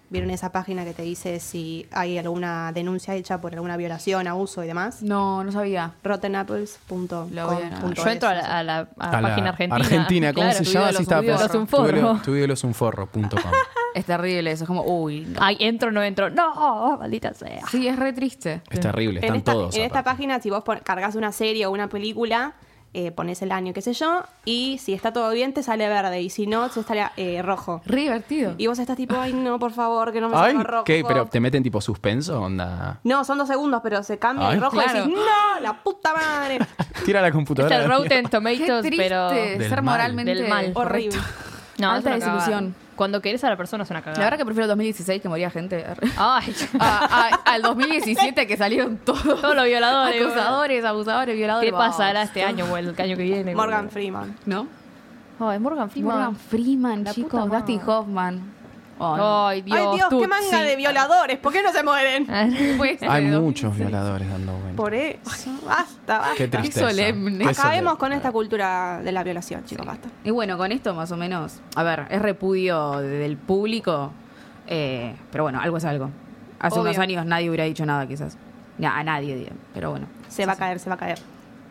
Speaker 2: ¿Vieron esa página que te dice si hay alguna denuncia hecha por alguna violación, abuso y demás?
Speaker 3: No, no sabía.
Speaker 2: RottenApples.com.
Speaker 3: Lo voy a anotar.
Speaker 4: Yo entro a la, a la- a la
Speaker 1: A la
Speaker 4: Ah, página argentina.
Speaker 1: Argentina, ¿cómo
Speaker 4: Claro.
Speaker 1: se
Speaker 3: tu
Speaker 1: llama?
Speaker 3: ídolo
Speaker 1: Sí,
Speaker 3: es un
Speaker 1: estaba
Speaker 3: forro.
Speaker 1: pensando.
Speaker 4: Tu ídolo es un
Speaker 1: Tu ídolo-
Speaker 4: forro.
Speaker 1: tu ídolo es un forro.com.
Speaker 2: Ah.
Speaker 3: Es terrible eso. Es como, uy. no.
Speaker 4: Ay, entro, no entro. No, maldita sea.
Speaker 3: Sí, es re triste.
Speaker 1: Es terrible,
Speaker 2: En
Speaker 1: están
Speaker 2: esta,
Speaker 1: todos.
Speaker 2: en esta
Speaker 1: aparte.
Speaker 2: página, si vos pon- cargas una serie o una película, eh, pones el año, qué sé yo, y si está todo bien, te sale verde, y si no, te sale eh, rojo.
Speaker 3: Re divertido.
Speaker 2: Y vos estás tipo, ay, no, por favor, que no me
Speaker 1: Ay,
Speaker 2: salga rojo.
Speaker 1: ¿qué? ¿Pero te meten tipo suspenso? Onda...
Speaker 2: No, son dos segundos, pero se cambia
Speaker 1: Ay.
Speaker 2: el rojo
Speaker 3: Claro.
Speaker 2: y decís, no, la puta madre.
Speaker 1: Tira la
Speaker 4: Es
Speaker 1: computadora. a
Speaker 4: el
Speaker 1: la mierda.
Speaker 4: Rotten
Speaker 3: Qué
Speaker 4: Tomatoes,
Speaker 3: triste
Speaker 4: pero.
Speaker 1: Del
Speaker 3: ser
Speaker 1: mal.
Speaker 3: moralmente
Speaker 4: Del mal.
Speaker 2: Horrible.
Speaker 3: No,
Speaker 4: No,
Speaker 3: Alta
Speaker 4: es una
Speaker 3: desilusión.
Speaker 4: cagada. Cuando querés a la persona es una cagada.
Speaker 3: La verdad que prefiero el 2016 que moría gente.
Speaker 4: Ay,
Speaker 3: A- a- al 2017 que salieron todos,
Speaker 4: Todos los violadores,
Speaker 3: Acusadores, abusadores, violadores.
Speaker 4: ¿qué
Speaker 3: vamos.
Speaker 4: pasará este año o el año que viene?
Speaker 2: Morgan Freeman.
Speaker 3: ¿No?
Speaker 4: Ay, Morgan Freeman.
Speaker 3: Morgan Freeman,
Speaker 4: La puta
Speaker 3: chicos.
Speaker 4: madre.
Speaker 3: Dustin Hoffman. Oh, no.
Speaker 4: Ay, Dios,
Speaker 2: Ay, Dios,
Speaker 4: Tutsi.
Speaker 2: qué manga de violadores. ¿Por qué no se mueren?
Speaker 3: Ah. Fue ese
Speaker 1: Hay
Speaker 3: de
Speaker 1: muchos
Speaker 3: 2016.
Speaker 1: violadores dando vueltas.
Speaker 2: Por eso. Basta, basta.
Speaker 1: Qué tristeza.
Speaker 3: solemne.
Speaker 1: Qué
Speaker 2: Acabemos
Speaker 1: solemne.
Speaker 2: con esta cultura de la violación, chicos, basta.
Speaker 3: Y bueno, con esto más o menos, a ver, es repudio del público, eh, pero bueno, algo es algo. Hace
Speaker 2: Obvio.
Speaker 3: unos años nadie hubiera dicho nada quizás. Na- a nadie, digo, pero bueno.
Speaker 2: Se va a caer, se va a caer.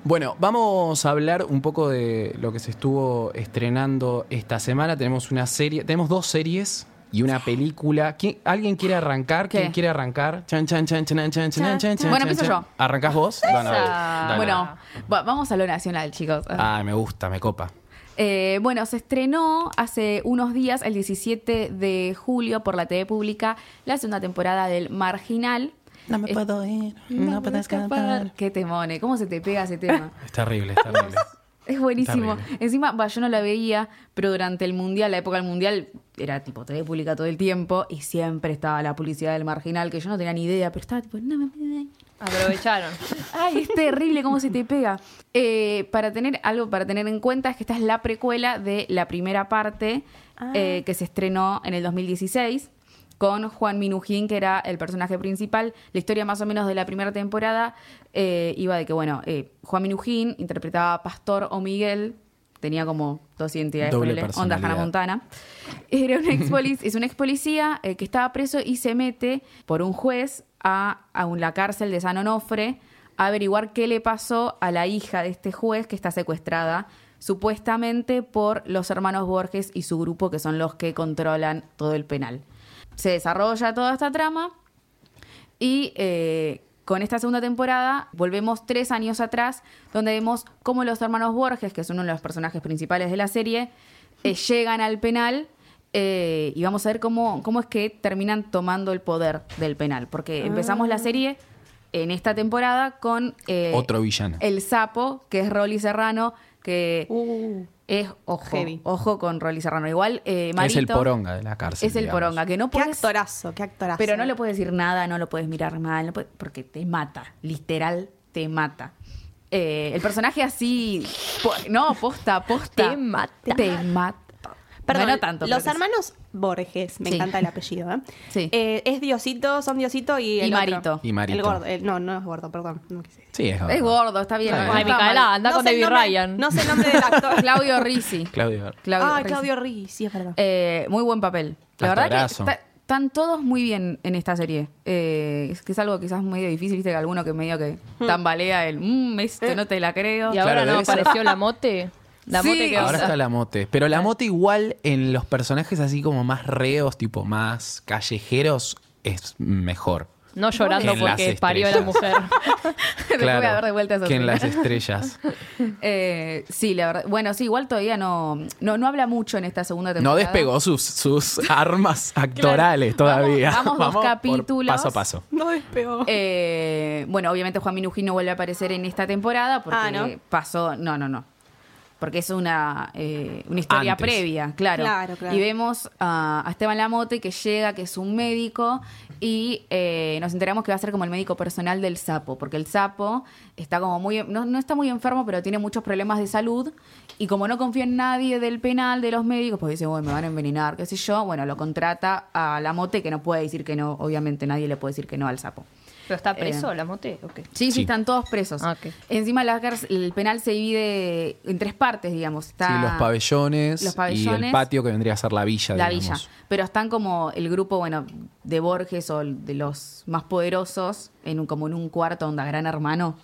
Speaker 1: Bueno, vamos a hablar un poco de lo que se estuvo estrenando esta semana. Tenemos una serie, tenemos dos series y una película. ¿Qui- ¿Alguien quiere arrancar?
Speaker 3: ¿Qué?
Speaker 1: ¿Quién quiere arrancar? Chan, chan, chan, chan, chan, chan, chan, chan, chan,
Speaker 3: Bueno,
Speaker 1: chan,
Speaker 3: empiezo
Speaker 1: chan.
Speaker 3: yo.
Speaker 1: ¿Arrancás vos? Dale, dale.
Speaker 3: Bueno, va- vamos a lo nacional, chicos.
Speaker 1: Ay, me gusta, me copa.
Speaker 3: Eh, bueno, se estrenó hace unos días, el 17 de julio, por la TV pública, la segunda temporada del Marginal.
Speaker 1: No me puedo ir, no puedo escapar.
Speaker 3: Qué temone, ¿cómo se te pega ese tema?
Speaker 1: Es terrible, es terrible.
Speaker 3: Es buenísimo.
Speaker 1: Terrible.
Speaker 3: Encima, va, yo no la veía, pero durante el mundial, la época del mundial, era tipo TV pública todo el tiempo y siempre estaba la publicidad del marginal, que yo no tenía ni idea, pero estaba tipo, no me me-
Speaker 4: Aprovecharon.
Speaker 3: Ay, es terrible cómo se te pega. Eh, para tener algo para tener en cuenta es que esta es la precuela de la primera parte eh, que se estrenó en el 2016 con Juan Minujín, que era el personaje principal. La historia más o menos de la primera temporada eh, iba de que, bueno, eh, Juan Minujín interpretaba a Pastor o Miguel, tenía como dos identidades,
Speaker 1: Doble
Speaker 3: ponele, onda
Speaker 1: personalidad.
Speaker 3: Hannah Montana. Era un ex polic- es un ex policía eh, que estaba preso y se mete por un juez a, a un- la cárcel de San Onofre a averiguar qué le pasó a la hija de este juez que está secuestrada supuestamente por los hermanos Borges y su grupo que son los que controlan todo el penal. Se desarrolla toda esta trama y eh, con esta segunda temporada volvemos tres años atrás, donde vemos cómo los hermanos Borges, que son uno de los personajes principales de la serie, eh, llegan al penal. eh, y vamos a ver cómo, cómo es que terminan tomando el poder del penal.
Speaker 2: Ah.
Speaker 3: Porque empezamos la serie en esta temporada con eh,
Speaker 1: Otro villano.
Speaker 3: el sapo, que es Rolly Serrano, que
Speaker 2: Uh.
Speaker 3: es ojo,
Speaker 2: Heavy.
Speaker 3: ojo con Rolly Serrano. Igual eh,
Speaker 1: Es el
Speaker 3: Marito
Speaker 1: poronga de la cárcel.
Speaker 3: Es el
Speaker 1: digamos.
Speaker 3: poronga, que no
Speaker 2: Qué
Speaker 3: puedes
Speaker 2: actorazo, qué actorazo.
Speaker 3: pero no le puedes decir nada, no lo puedes mirar mal, no puedes- porque te mata, literal, te mata. Eh, el personaje así, po- no, posta, posta.
Speaker 4: Te mata.
Speaker 3: Te mata.
Speaker 2: Perdón,
Speaker 3: Bueno, no tanto.
Speaker 2: los
Speaker 3: pero que sí.
Speaker 2: hermanos Borges, me
Speaker 3: Sí.
Speaker 2: encanta el apellido, ¿eh?
Speaker 3: Sí.
Speaker 2: Eh, Es Diosito, son Diosito y el
Speaker 3: Y
Speaker 2: otro.
Speaker 3: Marito.
Speaker 1: Y Marito.
Speaker 2: El gordo, el- no, no es gordo, perdón. No quise decir.
Speaker 1: Sí, es gordo.
Speaker 3: Es gordo, está bien.
Speaker 1: Ah. Ay,
Speaker 3: no
Speaker 4: Ay,
Speaker 3: está mal.
Speaker 4: Micaela, anda
Speaker 2: No
Speaker 4: con
Speaker 2: sé el
Speaker 4: David
Speaker 2: nombre-
Speaker 4: Ryan.
Speaker 2: No sé el nombre del actor.
Speaker 3: Claudio Risi.
Speaker 1: Claudio.
Speaker 3: Claudio
Speaker 2: Ay,
Speaker 3: Risi.
Speaker 2: Claudio Rizzi, sí, es verdad.
Speaker 3: Eh, muy buen papel. La verdad que
Speaker 1: Actorazo.
Speaker 3: está- están todos muy bien en esta serie. Eh, es que es algo quizás medio difícil, viste que alguno que medio que
Speaker 2: Hmm.
Speaker 3: tambalea el, mmm,
Speaker 2: Eh.
Speaker 3: este no te la creo.
Speaker 4: Y ahora
Speaker 1: Claro,
Speaker 4: no
Speaker 1: debe ser-
Speaker 4: apareció la mote. La
Speaker 3: Sí.
Speaker 4: mote que
Speaker 1: Ahora
Speaker 3: O sea-
Speaker 1: está la mote. Pero
Speaker 3: Ah.
Speaker 1: la mote igual en los personajes así como más reos, tipo más callejeros, es mejor.
Speaker 4: No llorando
Speaker 1: En las
Speaker 4: porque parió a la mujer.
Speaker 1: estrellas.
Speaker 3: Después de haber devuelto esos
Speaker 1: que en
Speaker 3: temas.
Speaker 1: las estrellas.
Speaker 3: Eh, sí, la verdad. Bueno, sí, igual todavía no, no, no habla mucho en esta segunda
Speaker 1: No
Speaker 3: temporada.
Speaker 1: despegó sus, sus armas actorales
Speaker 3: Claro.
Speaker 1: todavía.
Speaker 3: Vamos- vamos dos
Speaker 1: por
Speaker 3: capítulos.
Speaker 1: Paso a paso.
Speaker 2: No despegó.
Speaker 3: Eh, bueno, obviamente Juan Minujín no vuelve a aparecer en esta temporada porque
Speaker 2: Ah, ¿no?
Speaker 3: pasó. No, no, no. Porque es una, eh, una historia
Speaker 1: Antes.
Speaker 3: previa, claro.
Speaker 2: Claro, claro.
Speaker 3: Y vemos a, a Esteban Lamote que llega, que es un médico, y eh, nos enteramos que va a ser como el médico personal del sapo, porque el sapo está como muy, no, no está muy enfermo, pero tiene muchos problemas de salud, y como no confía en nadie del penal, de los médicos, pues dice, bueno, me van a envenenar, qué sé yo, bueno, lo contrata a Lamote, que no puede decir que no, obviamente nadie le puede decir que no al sapo.
Speaker 4: ¿Pero está preso
Speaker 3: Eh.
Speaker 4: la mote? ¿O qué?
Speaker 3: Sí, sí,
Speaker 1: Sí.
Speaker 3: están todos presos.
Speaker 4: Ah, ok.
Speaker 3: Encima la cárcel- el penal se divide en tres partes, digamos. Está
Speaker 1: Sí, los pabellones,
Speaker 3: los
Speaker 1: y el
Speaker 3: pabellones.
Speaker 1: patio que vendría a ser la villa.
Speaker 3: la villa.
Speaker 1: digamos.
Speaker 3: Pero están como el grupo, bueno, de Borges o de los más poderosos, en un, como en un cuarto onda gran hermano.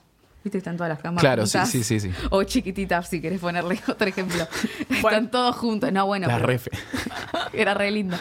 Speaker 3: ¿Viste? Están todas las camas
Speaker 1: Claro, sí,
Speaker 3: juntas.
Speaker 1: sí, sí, sí.
Speaker 3: O chiquititas, si querés ponerle otro ejemplo. Están todos juntos. No, bueno.
Speaker 1: La
Speaker 3: pero-
Speaker 1: refe.
Speaker 3: era re lindo.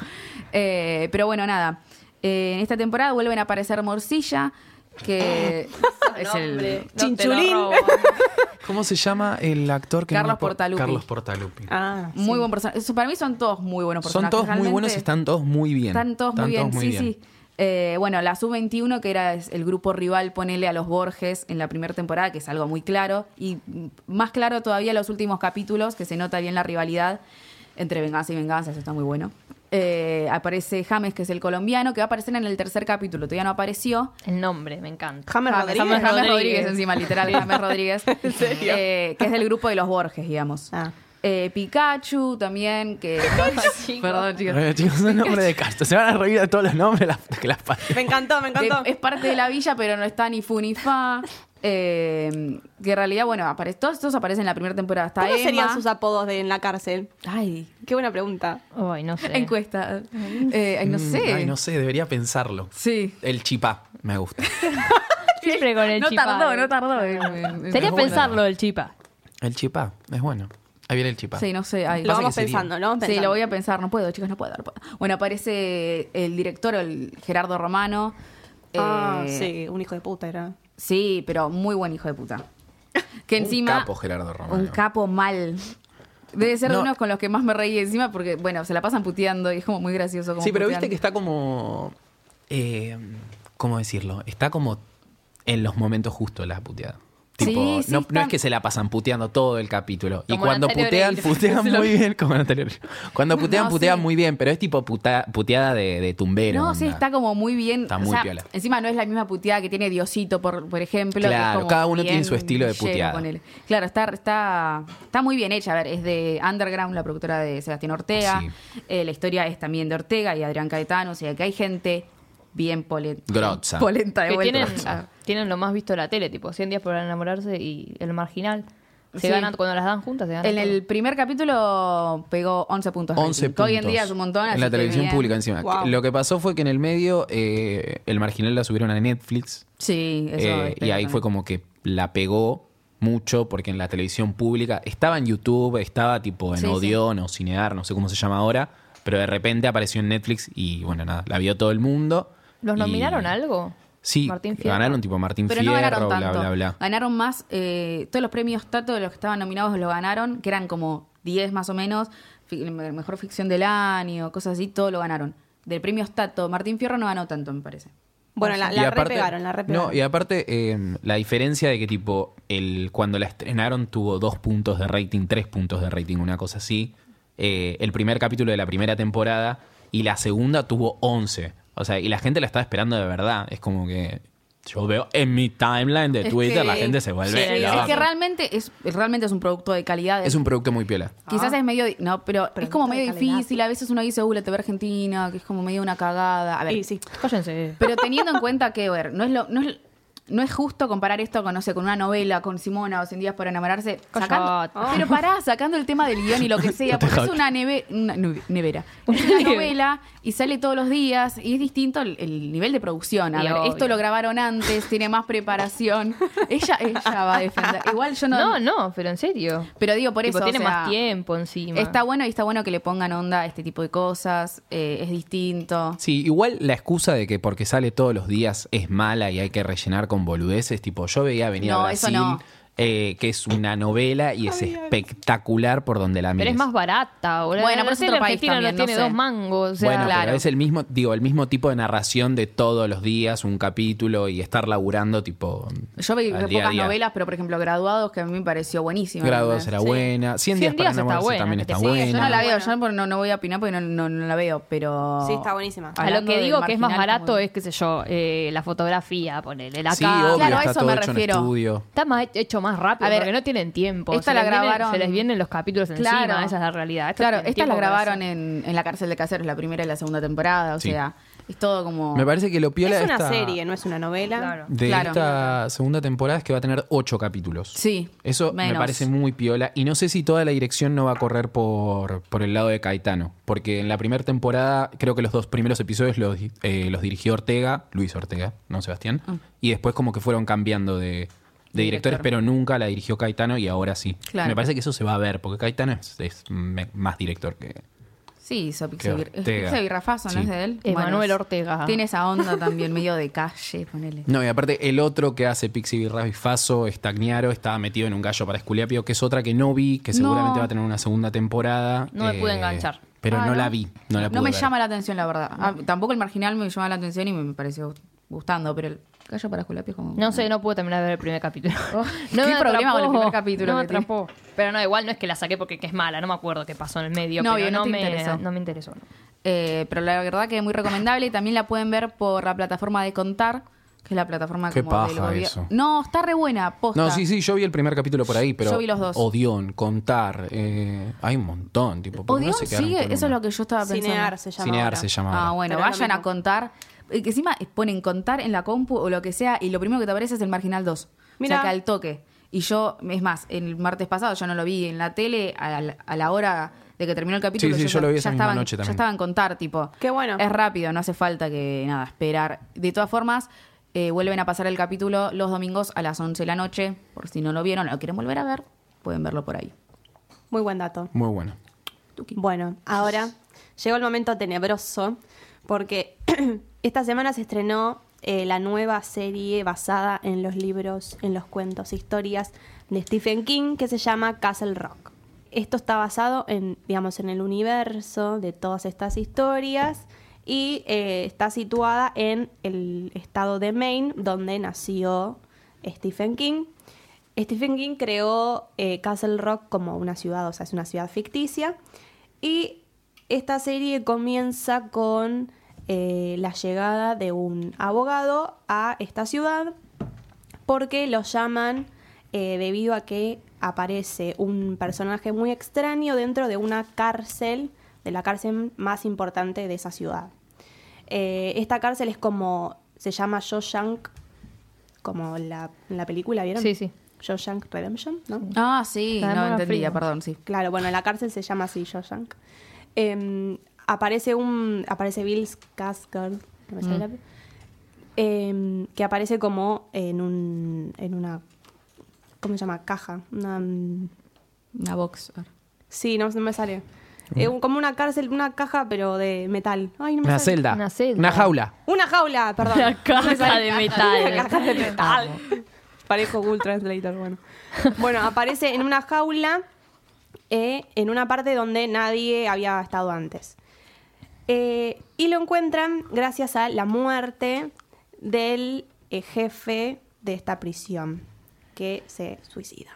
Speaker 3: Eh, pero bueno, nada. Eh, en esta temporada vuelven a aparecer Morcilla, que es el
Speaker 2: Chinchulín.
Speaker 1: ¿Cómo se llama el actor que
Speaker 3: Carlos
Speaker 1: me acuerdo?
Speaker 3: Portalupi.
Speaker 1: Carlos Portalupi.
Speaker 2: Ah,
Speaker 3: muy buen personaje. Eso, Para mí son todos muy buenos
Speaker 1: Son
Speaker 3: personajes.
Speaker 1: todos muy
Speaker 3: realmente.
Speaker 1: buenos y están todos muy bien.
Speaker 3: Están todos muy bien, sí, sí. Eh, bueno, la Sub-21, que era es- el grupo rival, ponele a los Borges en la primera temporada, que es algo muy claro, y mm, más claro todavía en los últimos capítulos, que se nota bien la rivalidad entre venganza y venganza, eso está muy bueno. eh, aparece James, que es el colombiano, que va a aparecer en el tercer capítulo. Todavía no apareció.
Speaker 4: El nombre, me encanta.
Speaker 2: James
Speaker 3: James,
Speaker 2: Rodríguez.
Speaker 3: James Rodríguez.
Speaker 4: Rodríguez.
Speaker 3: encima, literal, James Rodríguez. Eh, que es del grupo de los Borges, digamos.
Speaker 2: Ah.
Speaker 3: Eh, Pikachu también, que...
Speaker 4: Chico.
Speaker 3: Perdón, chicos.
Speaker 1: Eh, chicos, son nombres de cartas. Se van a reír de todos los nombres la puta que las parió.
Speaker 2: Me encantó, me
Speaker 3: que
Speaker 2: encantó.
Speaker 3: Eh, es parte de la villa, pero no está ni fu ni fa. Eh, que en realidad, bueno, apare- todos estos aparecen en la primera temporada. Está
Speaker 2: ¿Cómo
Speaker 3: Emma.
Speaker 2: serían sus apodos de en la cárcel?
Speaker 3: Ay,
Speaker 2: Qué buena pregunta.
Speaker 4: Ay, no sé.
Speaker 3: encuesta. Eh, ay, no
Speaker 1: Mm,
Speaker 3: sé.
Speaker 1: Ay, no sé, debería pensarlo.
Speaker 3: Sí.
Speaker 1: El chipá, me gusta.
Speaker 4: Siempre con el
Speaker 3: no
Speaker 4: chipá.
Speaker 3: tardó, no tardó. en- eh, en- en-
Speaker 4: Sería
Speaker 3: en-
Speaker 4: pensarlo el chipa.
Speaker 1: El chipá, es bueno. Ahí viene el chipá.
Speaker 3: Sí, no sé. ay.
Speaker 2: Lo
Speaker 1: Pasa
Speaker 2: vamos
Speaker 1: que sería.
Speaker 2: pensando, lo vamos
Speaker 3: Sí,
Speaker 2: pensando.
Speaker 3: lo voy a pensar. No puedo, chicos, no puedo, no puedo. Bueno, aparece el director, el Gerardo Romano.
Speaker 2: Ah,
Speaker 3: Eh,
Speaker 2: sí, un hijo de puta era.
Speaker 3: Sí, pero muy buen hijo de puta. Que encima.
Speaker 1: Un capo, Gerardo Romano.
Speaker 3: Un capo mal. Debe ser de
Speaker 1: No.
Speaker 3: unos con los que más me reí encima porque, bueno, se la pasan puteando y es como muy gracioso. como
Speaker 1: Sí, pero
Speaker 3: putean.
Speaker 1: viste que está como. eh, ¿Cómo decirlo? Está como en los momentos justos la puteada. Tipo,
Speaker 3: Sí, sí,
Speaker 1: no,
Speaker 3: está-
Speaker 1: no es que se la pasan puteando todo el capítulo. y
Speaker 4: Como
Speaker 1: cuando
Speaker 4: Natalia
Speaker 1: putean,
Speaker 4: Oreiro.
Speaker 1: putean
Speaker 4: Es lo
Speaker 1: muy bien. Como Natalia Oreiro. Cuando putean,
Speaker 3: No,
Speaker 1: putean
Speaker 3: sí.
Speaker 1: muy bien, pero es tipo puta- puteada de, de tumbero.
Speaker 3: No, sí,
Speaker 1: onda.
Speaker 3: está como muy bien.
Speaker 1: Está
Speaker 3: o
Speaker 1: muy
Speaker 3: sea,
Speaker 1: piola.
Speaker 3: Encima no es la misma puteada que tiene Diosito, por, por ejemplo. que es
Speaker 1: Claro,
Speaker 3: como
Speaker 1: cada uno tiene
Speaker 3: bien
Speaker 1: su estilo de
Speaker 3: villero,
Speaker 1: puteada.
Speaker 3: ponele. Claro, está, está, está muy bien hecha. A ver, es de Underground, la productora de Sebastián Ortega.
Speaker 1: Sí.
Speaker 3: Eh, la historia es también de Ortega y Adrián Caetano. O sea, que hay gente bien polen-
Speaker 1: Grotza.
Speaker 3: polenta de
Speaker 4: Que
Speaker 3: vuelta. Ah.
Speaker 4: tienen, tienen lo más visto de la tele, tipo 100 días para enamorarse y el marginal. Se
Speaker 3: Sí.
Speaker 4: ganan, cuando las dan juntas, se ganan.
Speaker 3: En
Speaker 4: todo.
Speaker 3: el primer capítulo pegó 11 puntos. de
Speaker 1: 11
Speaker 3: rating, que
Speaker 1: puntos.
Speaker 3: Hoy en día es un montón.
Speaker 1: En
Speaker 3: así
Speaker 1: la
Speaker 3: que
Speaker 1: televisión
Speaker 3: bien.
Speaker 1: pública encima.
Speaker 2: Wow.
Speaker 1: Lo que pasó fue que en el medio eh, el marginal la subieron a Netflix.
Speaker 3: Sí, eso.
Speaker 1: Eh, y
Speaker 3: espero
Speaker 1: ahí
Speaker 3: también.
Speaker 1: fue como que la pegó mucho porque en la televisión pública estaba en YouTube, estaba tipo en
Speaker 3: Sí, sí.
Speaker 1: Odeon o Cinear, no sé cómo se llama ahora, pero de repente apareció en Netflix y bueno, nada, la vio todo el mundo.
Speaker 4: ¿Los
Speaker 1: y-
Speaker 4: nominaron a algo?
Speaker 1: Sí,
Speaker 4: Martín Fierro.
Speaker 1: ganaron tipo Martín
Speaker 3: Pero no
Speaker 1: Fierro,
Speaker 3: ganaron
Speaker 1: bla,
Speaker 3: tanto.
Speaker 1: bla, bla.
Speaker 3: Ganaron más. eh, todos los premios Tato de los que estaban nominados lo ganaron, que eran como 10 más o menos. fi- Mejor ficción del año, cosas así, todo lo ganaron. Del premio Tato, Martín Fierro no ganó tanto, me parece.
Speaker 2: Bueno, la,
Speaker 1: Y
Speaker 2: la
Speaker 1: aparte-
Speaker 2: repegaron, la repegaron.
Speaker 1: No, y aparte, eh, la diferencia de que, tipo, el, cuando la estrenaron tuvo dos puntos de rating, tres puntos de rating, una cosa así. Eh, el primer capítulo de la primera temporada y la segunda tuvo 11. O sea, y la gente la estaba esperando de verdad. Es como que. Yo veo en mi timeline de
Speaker 3: Es
Speaker 1: Twitter
Speaker 3: que-
Speaker 1: la gente se vuelve.
Speaker 2: sí,
Speaker 1: loca.
Speaker 3: Es que realmente es, realmente es un producto de calidad.
Speaker 1: Es un producto muy piola.
Speaker 3: Quizás es medio. di- No, pero, es
Speaker 2: Ah. Producto
Speaker 3: como
Speaker 2: de
Speaker 3: medio
Speaker 2: calidad.
Speaker 3: difícil. A veces uno dice, uh, la TV Argentina, que es como medio una cagada. A ver,
Speaker 2: Y sí.
Speaker 4: Cállense.
Speaker 3: Pero teniendo en cuenta que, a ver, no es lo, no es, no es justo comparar esto con, no sé, con una novela, con Simona o Sin Días para Enamorarse. Sacando,
Speaker 4: Callate.
Speaker 3: Pero pará, sacando el tema del guión y lo que sea, porque es una, neve, una nube- nevera. Es una novela y sale todos los días y es distinto el, el nivel de producción. A
Speaker 4: Y
Speaker 3: ver,
Speaker 4: obvio.
Speaker 3: esto lo grabaron antes, tiene más preparación. Ella, ella va a defender. Igual yo no.
Speaker 4: No, no, pero en serio.
Speaker 3: Pero digo, por
Speaker 4: Tipo,
Speaker 3: eso. o
Speaker 4: tiene
Speaker 3: sea,
Speaker 4: más tiempo encima.
Speaker 3: Está bueno y está bueno que le pongan onda a este tipo de cosas. eh, es distinto.
Speaker 1: Sí, igual la excusa de que porque sale todos los días es mala y hay que rellenar con boludeces, tipo, yo veía venir a
Speaker 3: No, eso
Speaker 1: Brasil,
Speaker 3: no.
Speaker 1: eh, que es una novela y es espectacular por donde la
Speaker 4: Pero
Speaker 1: mires.
Speaker 4: es más barata ahora.
Speaker 3: Bueno, pero
Speaker 4: La
Speaker 3: es
Speaker 4: tele
Speaker 3: otro país
Speaker 4: argentina
Speaker 3: también,
Speaker 4: no
Speaker 3: no
Speaker 4: tiene
Speaker 3: sé.
Speaker 4: dos mangos. o sea,
Speaker 1: bueno,
Speaker 3: claro.
Speaker 1: pero es el mismo, digo, el mismo tipo de narración de todos los días, un capítulo y estar laburando tipo
Speaker 3: Yo vi
Speaker 1: al
Speaker 3: pocas
Speaker 1: día a día.
Speaker 3: novelas, pero por ejemplo, Graduados, que a mí me pareció buenísima.
Speaker 1: Graduados
Speaker 3: Sí.
Speaker 1: era buena, 100 días
Speaker 4: Cien
Speaker 1: para
Speaker 4: días está
Speaker 1: enamorarse
Speaker 4: buena,
Speaker 1: también
Speaker 4: que te
Speaker 1: está
Speaker 4: sigue,
Speaker 1: buena.
Speaker 3: Yo no la veo,
Speaker 2: Buena.
Speaker 3: yo no, no- no voy a opinar porque no, no, no la veo, pero.
Speaker 2: Sí, está buenísima.
Speaker 4: A lo
Speaker 3: hablando
Speaker 4: que
Speaker 3: del
Speaker 4: digo que es más
Speaker 3: marginal,
Speaker 4: barato
Speaker 3: como-
Speaker 4: es, qué sé yo, eh, la fotografía, ponerle la
Speaker 1: Sí,
Speaker 4: cara.
Speaker 1: obvio,
Speaker 3: Claro, a
Speaker 1: está
Speaker 3: eso
Speaker 1: todo
Speaker 3: me
Speaker 1: hecho
Speaker 3: refiero.
Speaker 1: en estudio.
Speaker 4: Está más hecho más rápido
Speaker 3: A ver,
Speaker 4: porque no tienen tiempo.
Speaker 3: esta
Speaker 4: se
Speaker 3: la
Speaker 4: les vienen-
Speaker 3: grabaron-
Speaker 4: se les vienen los capítulos encima,
Speaker 3: Claro.
Speaker 4: esa es la realidad. Estos
Speaker 3: Claro,
Speaker 4: tienen
Speaker 3: estas la
Speaker 4: tiempo para
Speaker 3: grabaron en, en la cárcel de caseros, la primera y la segunda temporada, o
Speaker 1: Sí.
Speaker 3: sea, es todo como.
Speaker 1: Me parece que lo piola
Speaker 2: es una
Speaker 1: esta-
Speaker 2: serie, no es una novela.
Speaker 4: Claro.
Speaker 1: de
Speaker 3: Claro.
Speaker 1: esta segunda temporada es que va a tener ocho capítulos.
Speaker 3: Sí,
Speaker 1: Eso me
Speaker 3: menos.
Speaker 1: parece muy piola. Y no sé si toda la dirección no va a correr por, por el lado de Caetano. Porque en la primera temporada, creo que los dos primeros episodios los, di- eh, los dirigió Ortega, Luis Ortega, no Sebastián. Y después como que fueron cambiando de, de directores,
Speaker 3: Ah. Director.
Speaker 1: pero nunca la dirigió Caetano y ahora sí.
Speaker 3: Claro.
Speaker 1: Me parece que eso se va a ver, porque Caetano es, es me- más director que...
Speaker 3: Sí, hizo
Speaker 1: Que
Speaker 3: Pixel
Speaker 1: Ortega.
Speaker 3: Rafazo, ¿no
Speaker 1: Sí.
Speaker 3: es de él?
Speaker 4: Emanuel
Speaker 3: es-
Speaker 4: Ortega.
Speaker 3: Tiene esa onda también, medio de calle, ponele.
Speaker 1: No, y aparte el otro que hace Pixie Birras y Faso, Stagnaro, estaba metido en un gallo para Esculiapio, que es otra que no vi, que seguramente
Speaker 3: No.
Speaker 1: va a tener una segunda temporada. Eh,
Speaker 4: No me pude enganchar.
Speaker 1: Pero
Speaker 3: Ah,
Speaker 1: no, la vi, no la pude
Speaker 3: me
Speaker 1: ver.
Speaker 3: llama la atención, la verdad. Ah, tampoco el marginal me llama la atención y me, me pareció gustando, pero el callo para Julapio es como.
Speaker 4: No sé, no pude terminar de ver el primer capítulo.
Speaker 3: Oh,
Speaker 4: no
Speaker 3: qué
Speaker 4: me
Speaker 3: problema con el
Speaker 4: atrapó,
Speaker 3: primer capítulo
Speaker 4: No me
Speaker 3: que tiene.
Speaker 4: atrapó. Pero no, igual no es que la saqué porque que es mala, no me acuerdo qué pasó en el medio.
Speaker 3: No,
Speaker 4: pero
Speaker 3: bien, no
Speaker 4: no,
Speaker 3: te
Speaker 4: me,
Speaker 3: interesó.
Speaker 4: no me interesó. no.
Speaker 3: Eh, pero la verdad que es muy recomendable. También la pueden ver por la plataforma de Contar, que es la plataforma
Speaker 1: Qué
Speaker 3: como del
Speaker 1: paja
Speaker 3: gobierno.
Speaker 1: eso.
Speaker 3: No, está re buena, posta.
Speaker 1: No, sí, sí, yo vi el primer capítulo por ahí, pero
Speaker 3: Yo vi los dos.
Speaker 1: Odión, Contar, eh, hay un montón, tipo. ¿por qué
Speaker 3: Odeón
Speaker 1: no se quedaron
Speaker 3: sigue,
Speaker 1: con
Speaker 3: eso es
Speaker 1: una?
Speaker 3: lo que yo estaba pensando.
Speaker 2: Cinear se llama.
Speaker 1: Cinear
Speaker 2: ahora.
Speaker 1: se llamaba.
Speaker 3: Ah, bueno,
Speaker 2: Pero es lo
Speaker 3: vayan a
Speaker 2: mismo.
Speaker 3: contar. eh, Que encima ponen contar en la compu o lo que sea y lo primero que te aparece es el Marginal 2. O
Speaker 2: Mirá.
Speaker 3: sea, que al toque. Y yo, es más, el martes pasado yo no lo vi en la tele a la, a la hora de que terminó el capítulo.
Speaker 1: Sí, sí, yo lo vi esa misma
Speaker 3: estaba en-
Speaker 1: noche
Speaker 3: Ya
Speaker 1: también.
Speaker 3: estaba en contar, tipo.
Speaker 2: Qué bueno.
Speaker 3: Es rápido, no hace falta que nada, esperar. De todas formas, eh, vuelven a pasar el capítulo los domingos a las 11 de la noche. Por si no lo vieron o lo quieren volver a ver, pueden verlo por ahí.
Speaker 2: Muy buen dato.
Speaker 1: Muy bueno.
Speaker 2: Bueno, ahora llegó el momento tenebroso porque esta semana se estrenó eh, la nueva serie basada en los libros, en los cuentos, e historias de Stephen King que se llama Castle Rock. Esto está basado en, digamos, en el universo de todas estas historias y eh, está situada en el estado de Maine donde nació Stephen King. Stephen King creó eh, Castle Rock como una ciudad, o sea, es una ciudad ficticia. Y esta serie comienza con eh, la llegada de un abogado a esta ciudad porque lo llaman eh, debido a que aparece un personaje muy extraño dentro de una cárcel, de la cárcel más importante de esa ciudad. Eh, esta cárcel es como, se llama Shawshank, como la, en la película, ¿vieron?
Speaker 4: Sí, sí.
Speaker 2: Shawshank Redemption, ¿no?
Speaker 3: Ah, sí,
Speaker 4: Está de
Speaker 3: no
Speaker 4: moda
Speaker 3: entendía,
Speaker 4: frío.
Speaker 3: perdón, sí.
Speaker 2: Claro, bueno, la cárcel se llama así, Shawshank. Eh, aparece un. Aparece Bill Skarsgård, no me sale el apellido, eh, que aparece como en un. en una. ¿Cómo se llama? Caja. Una. mm,
Speaker 3: Una box.
Speaker 2: Sí, no, no me sale. Eh, un- como una cárcel, una caja, pero de metal. Ay, no me
Speaker 1: Una
Speaker 2: sale.
Speaker 1: celda.
Speaker 4: Una celda.
Speaker 1: Una jaula.
Speaker 2: Una jaula, perdón.
Speaker 4: La caja de
Speaker 2: Una
Speaker 4: metal.
Speaker 2: caja de metal. Parejo Google Translator, bueno. Bueno, aparece en una jaula, eh, en una parte donde nadie había estado antes. Eh, y lo encuentran gracias a la muerte del eh, jefe de esta prisión, que se suicida.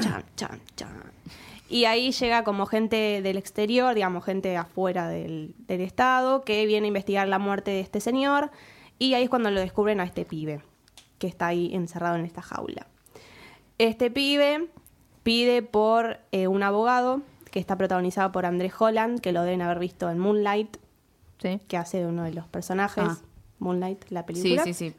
Speaker 2: Chan, chan, chan. Y ahí llega como gente del exterior, digamos, gente afuera del, del Estado, que viene a investigar la muerte de este señor. Y ahí es cuando lo descubren a este pibe, que está ahí encerrado en esta jaula. Este pibe pide por eh, un abogado, que está protagonizado por Andrés Holland, que lo deben haber visto en Moonlight,
Speaker 4: Sí.
Speaker 2: que hace de uno de los personajes.
Speaker 3: Ah.
Speaker 2: Moonlight, la
Speaker 3: Sí,
Speaker 2: película.
Speaker 3: sí, sí.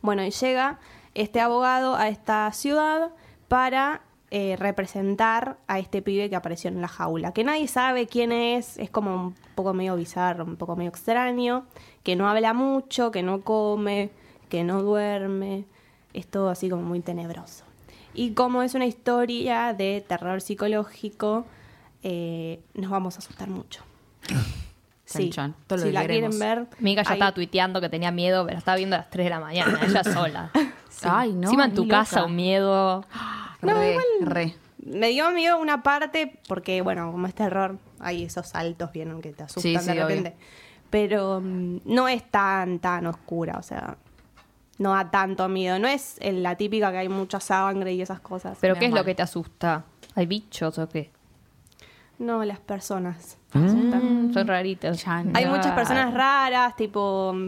Speaker 2: Bueno, y llega este abogado a esta ciudad para eh, representar a este pibe que apareció en la jaula. Que nadie sabe quién es, es como un poco medio bizarro, un poco medio extraño, que no habla mucho, que no come, que no duerme. Es todo así como muy tenebroso. Y como es una historia de terror psicológico, eh, nos vamos a asustar mucho. Sí,
Speaker 3: chan, todo lo
Speaker 2: si la
Speaker 3: leeremos.
Speaker 2: quieren ver.
Speaker 4: Mica ya
Speaker 2: ahí-
Speaker 4: estaba tuiteando que tenía miedo, pero estaba viendo a las 3 de la mañana, ella sola.
Speaker 3: Ay, no.
Speaker 4: Encima en
Speaker 3: ni
Speaker 4: tu
Speaker 3: loca. Ah,
Speaker 4: casa un miedo.
Speaker 3: No, re, re.
Speaker 2: Me dio miedo una parte porque, bueno, como es terror, hay esos saltos, vieron, que te asustan
Speaker 3: Sí, sí,
Speaker 2: de repente. Pero mm, no es tan, tan oscura, o sea, no da tanto miedo. No es eh, la típica que hay mucha sangre y esas cosas.
Speaker 4: ¿Pero
Speaker 3: Menos
Speaker 4: qué es
Speaker 3: mal.
Speaker 4: lo que te asusta? ¿Hay bichos o qué?
Speaker 2: No, las personas. asustan.
Speaker 4: Son raritas.
Speaker 3: Chan.
Speaker 2: Hay muchas personas raras, tipo, mm,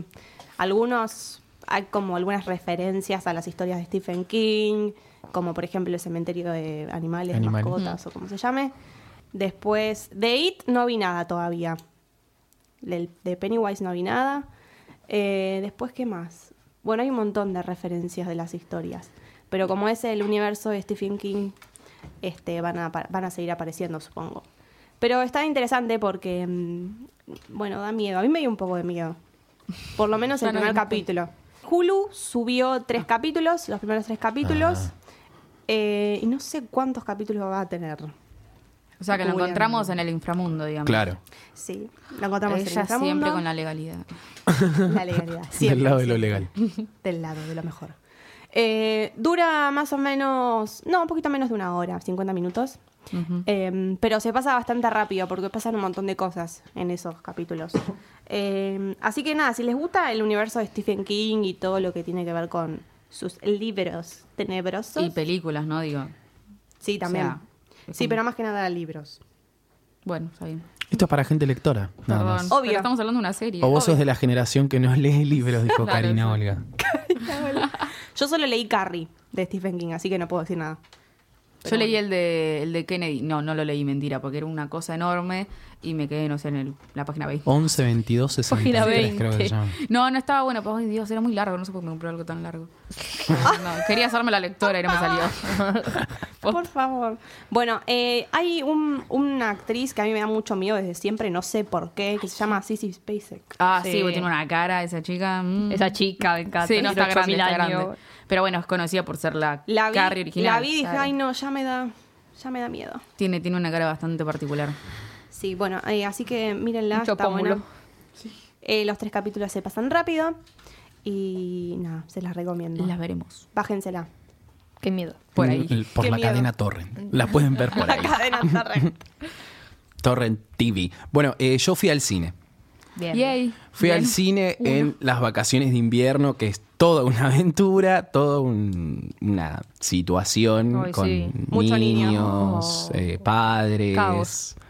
Speaker 2: algunos, hay como algunas referencias a las historias de Stephen King, como por ejemplo el cementerio de animales,
Speaker 1: Animal.
Speaker 2: mascotas o como se llame. Después, de It no vi nada todavía. Del- De, Pennywise no vi nada. Eh, después, ¿qué más? Bueno, hay un montón de referencias de las historias. Pero como es el universo de Stephen King, este, van, a, apa- van a seguir apareciendo, supongo. Pero está interesante porque, mm, bueno, da miedo. A mí me dio un poco de miedo. Por lo menos
Speaker 3: Ya
Speaker 2: el
Speaker 3: no
Speaker 2: primer
Speaker 3: vi.
Speaker 2: capítulo. Hulu subió tres
Speaker 3: Ah.
Speaker 2: capítulos, los primeros tres capítulos. Eh, y no sé cuántos capítulos va a tener.
Speaker 3: O sea, que lo
Speaker 2: Uy,
Speaker 3: encontramos en el inframundo, digamos.
Speaker 1: Claro.
Speaker 2: Sí, lo encontramos en
Speaker 3: Ella
Speaker 2: Inframundo.
Speaker 3: siempre con la legalidad.
Speaker 2: La legalidad.
Speaker 1: Del
Speaker 2: siempre,
Speaker 1: lado de lo
Speaker 2: siempre.
Speaker 1: legal.
Speaker 2: Del lado de lo mejor. Eh, dura más o menos, no, un poquito menos de una hora, 50 minutos. Eh, pero se pasa bastante rápido porque pasan un montón de cosas en esos capítulos. Eh, así que nada, si les gusta el universo de Stephen King y todo lo que tiene que ver con sus libros tenebrosos.
Speaker 3: Y películas, ¿no? Digo.
Speaker 2: sí, también.
Speaker 3: o sea, es
Speaker 2: sí,
Speaker 3: como-
Speaker 2: pero más que nada libros.
Speaker 3: Bueno, está bien.
Speaker 1: Esto es para gente lectora, nada
Speaker 3: Perdón.
Speaker 1: más.
Speaker 3: pero
Speaker 2: Obvio.
Speaker 3: Estamos hablando de una serie.
Speaker 1: O vos sos de la generación que no lee libros, dijo
Speaker 3: Claro,
Speaker 1: Karina
Speaker 3: sí.
Speaker 1: Olga.
Speaker 2: Yo solo leí Carrie de Stephen King, así que no puedo decir nada.
Speaker 3: Yo leí el de, el de Kennedy. No, no lo leí, mentira, porque era una cosa enorme y me quedé, no sé, en el- la página 20.
Speaker 1: 11, 22,
Speaker 4: Página
Speaker 1: 63 creo que se
Speaker 4: 20.
Speaker 1: llama.
Speaker 3: No, no estaba bueno, pero ay Dios, era muy largo, no sé por qué me compré algo tan largo. No, quería hacerme la lectora y no me salió.
Speaker 2: Por favor. Bueno, eh, hay un- una actriz que a mí me da mucho miedo desde siempre, no sé por qué, que se llama Sissy Spacek.
Speaker 3: Ah, sí,
Speaker 4: Sí.
Speaker 3: porque tiene una cara esa chica. mm.
Speaker 4: Esa chica, me encanta.
Speaker 3: Sí, no está grande,
Speaker 4: 18.000
Speaker 3: está grande.
Speaker 4: años.
Speaker 3: Pero bueno, es conocida por ser la,
Speaker 2: La vi,
Speaker 3: Carrie original.
Speaker 2: la vi y dije,
Speaker 3: claro.
Speaker 2: ay no, ya me da, ya me da miedo.
Speaker 3: tiene, tiene una cara bastante particular.
Speaker 2: Sí, bueno, eh, así que mírenla,
Speaker 4: Mucho
Speaker 2: está buena.
Speaker 4: pómulo.
Speaker 2: Eh, los tres capítulos se pasan rápido y nada, se las recomiendo.
Speaker 3: Las veremos.
Speaker 2: Bájensela.
Speaker 4: Qué miedo.
Speaker 3: Por ahí.
Speaker 1: L- Mm, Por
Speaker 2: Qué
Speaker 1: la
Speaker 2: miedo.
Speaker 1: cadena Torrent. La pueden ver por ahí.
Speaker 2: cadena Torrent.
Speaker 1: Torrent TV. Bueno, eh, yo fui al cine.
Speaker 4: Bien.
Speaker 3: Yay.
Speaker 1: Fui
Speaker 3: Bien.
Speaker 1: al cine en las vacaciones de invierno, que es toda una aventura, toda un- una situación
Speaker 4: Ay,
Speaker 1: con
Speaker 4: sí.
Speaker 2: Mucho niño.
Speaker 1: niños, eh, padres,
Speaker 4: Caos.
Speaker 1: mucho,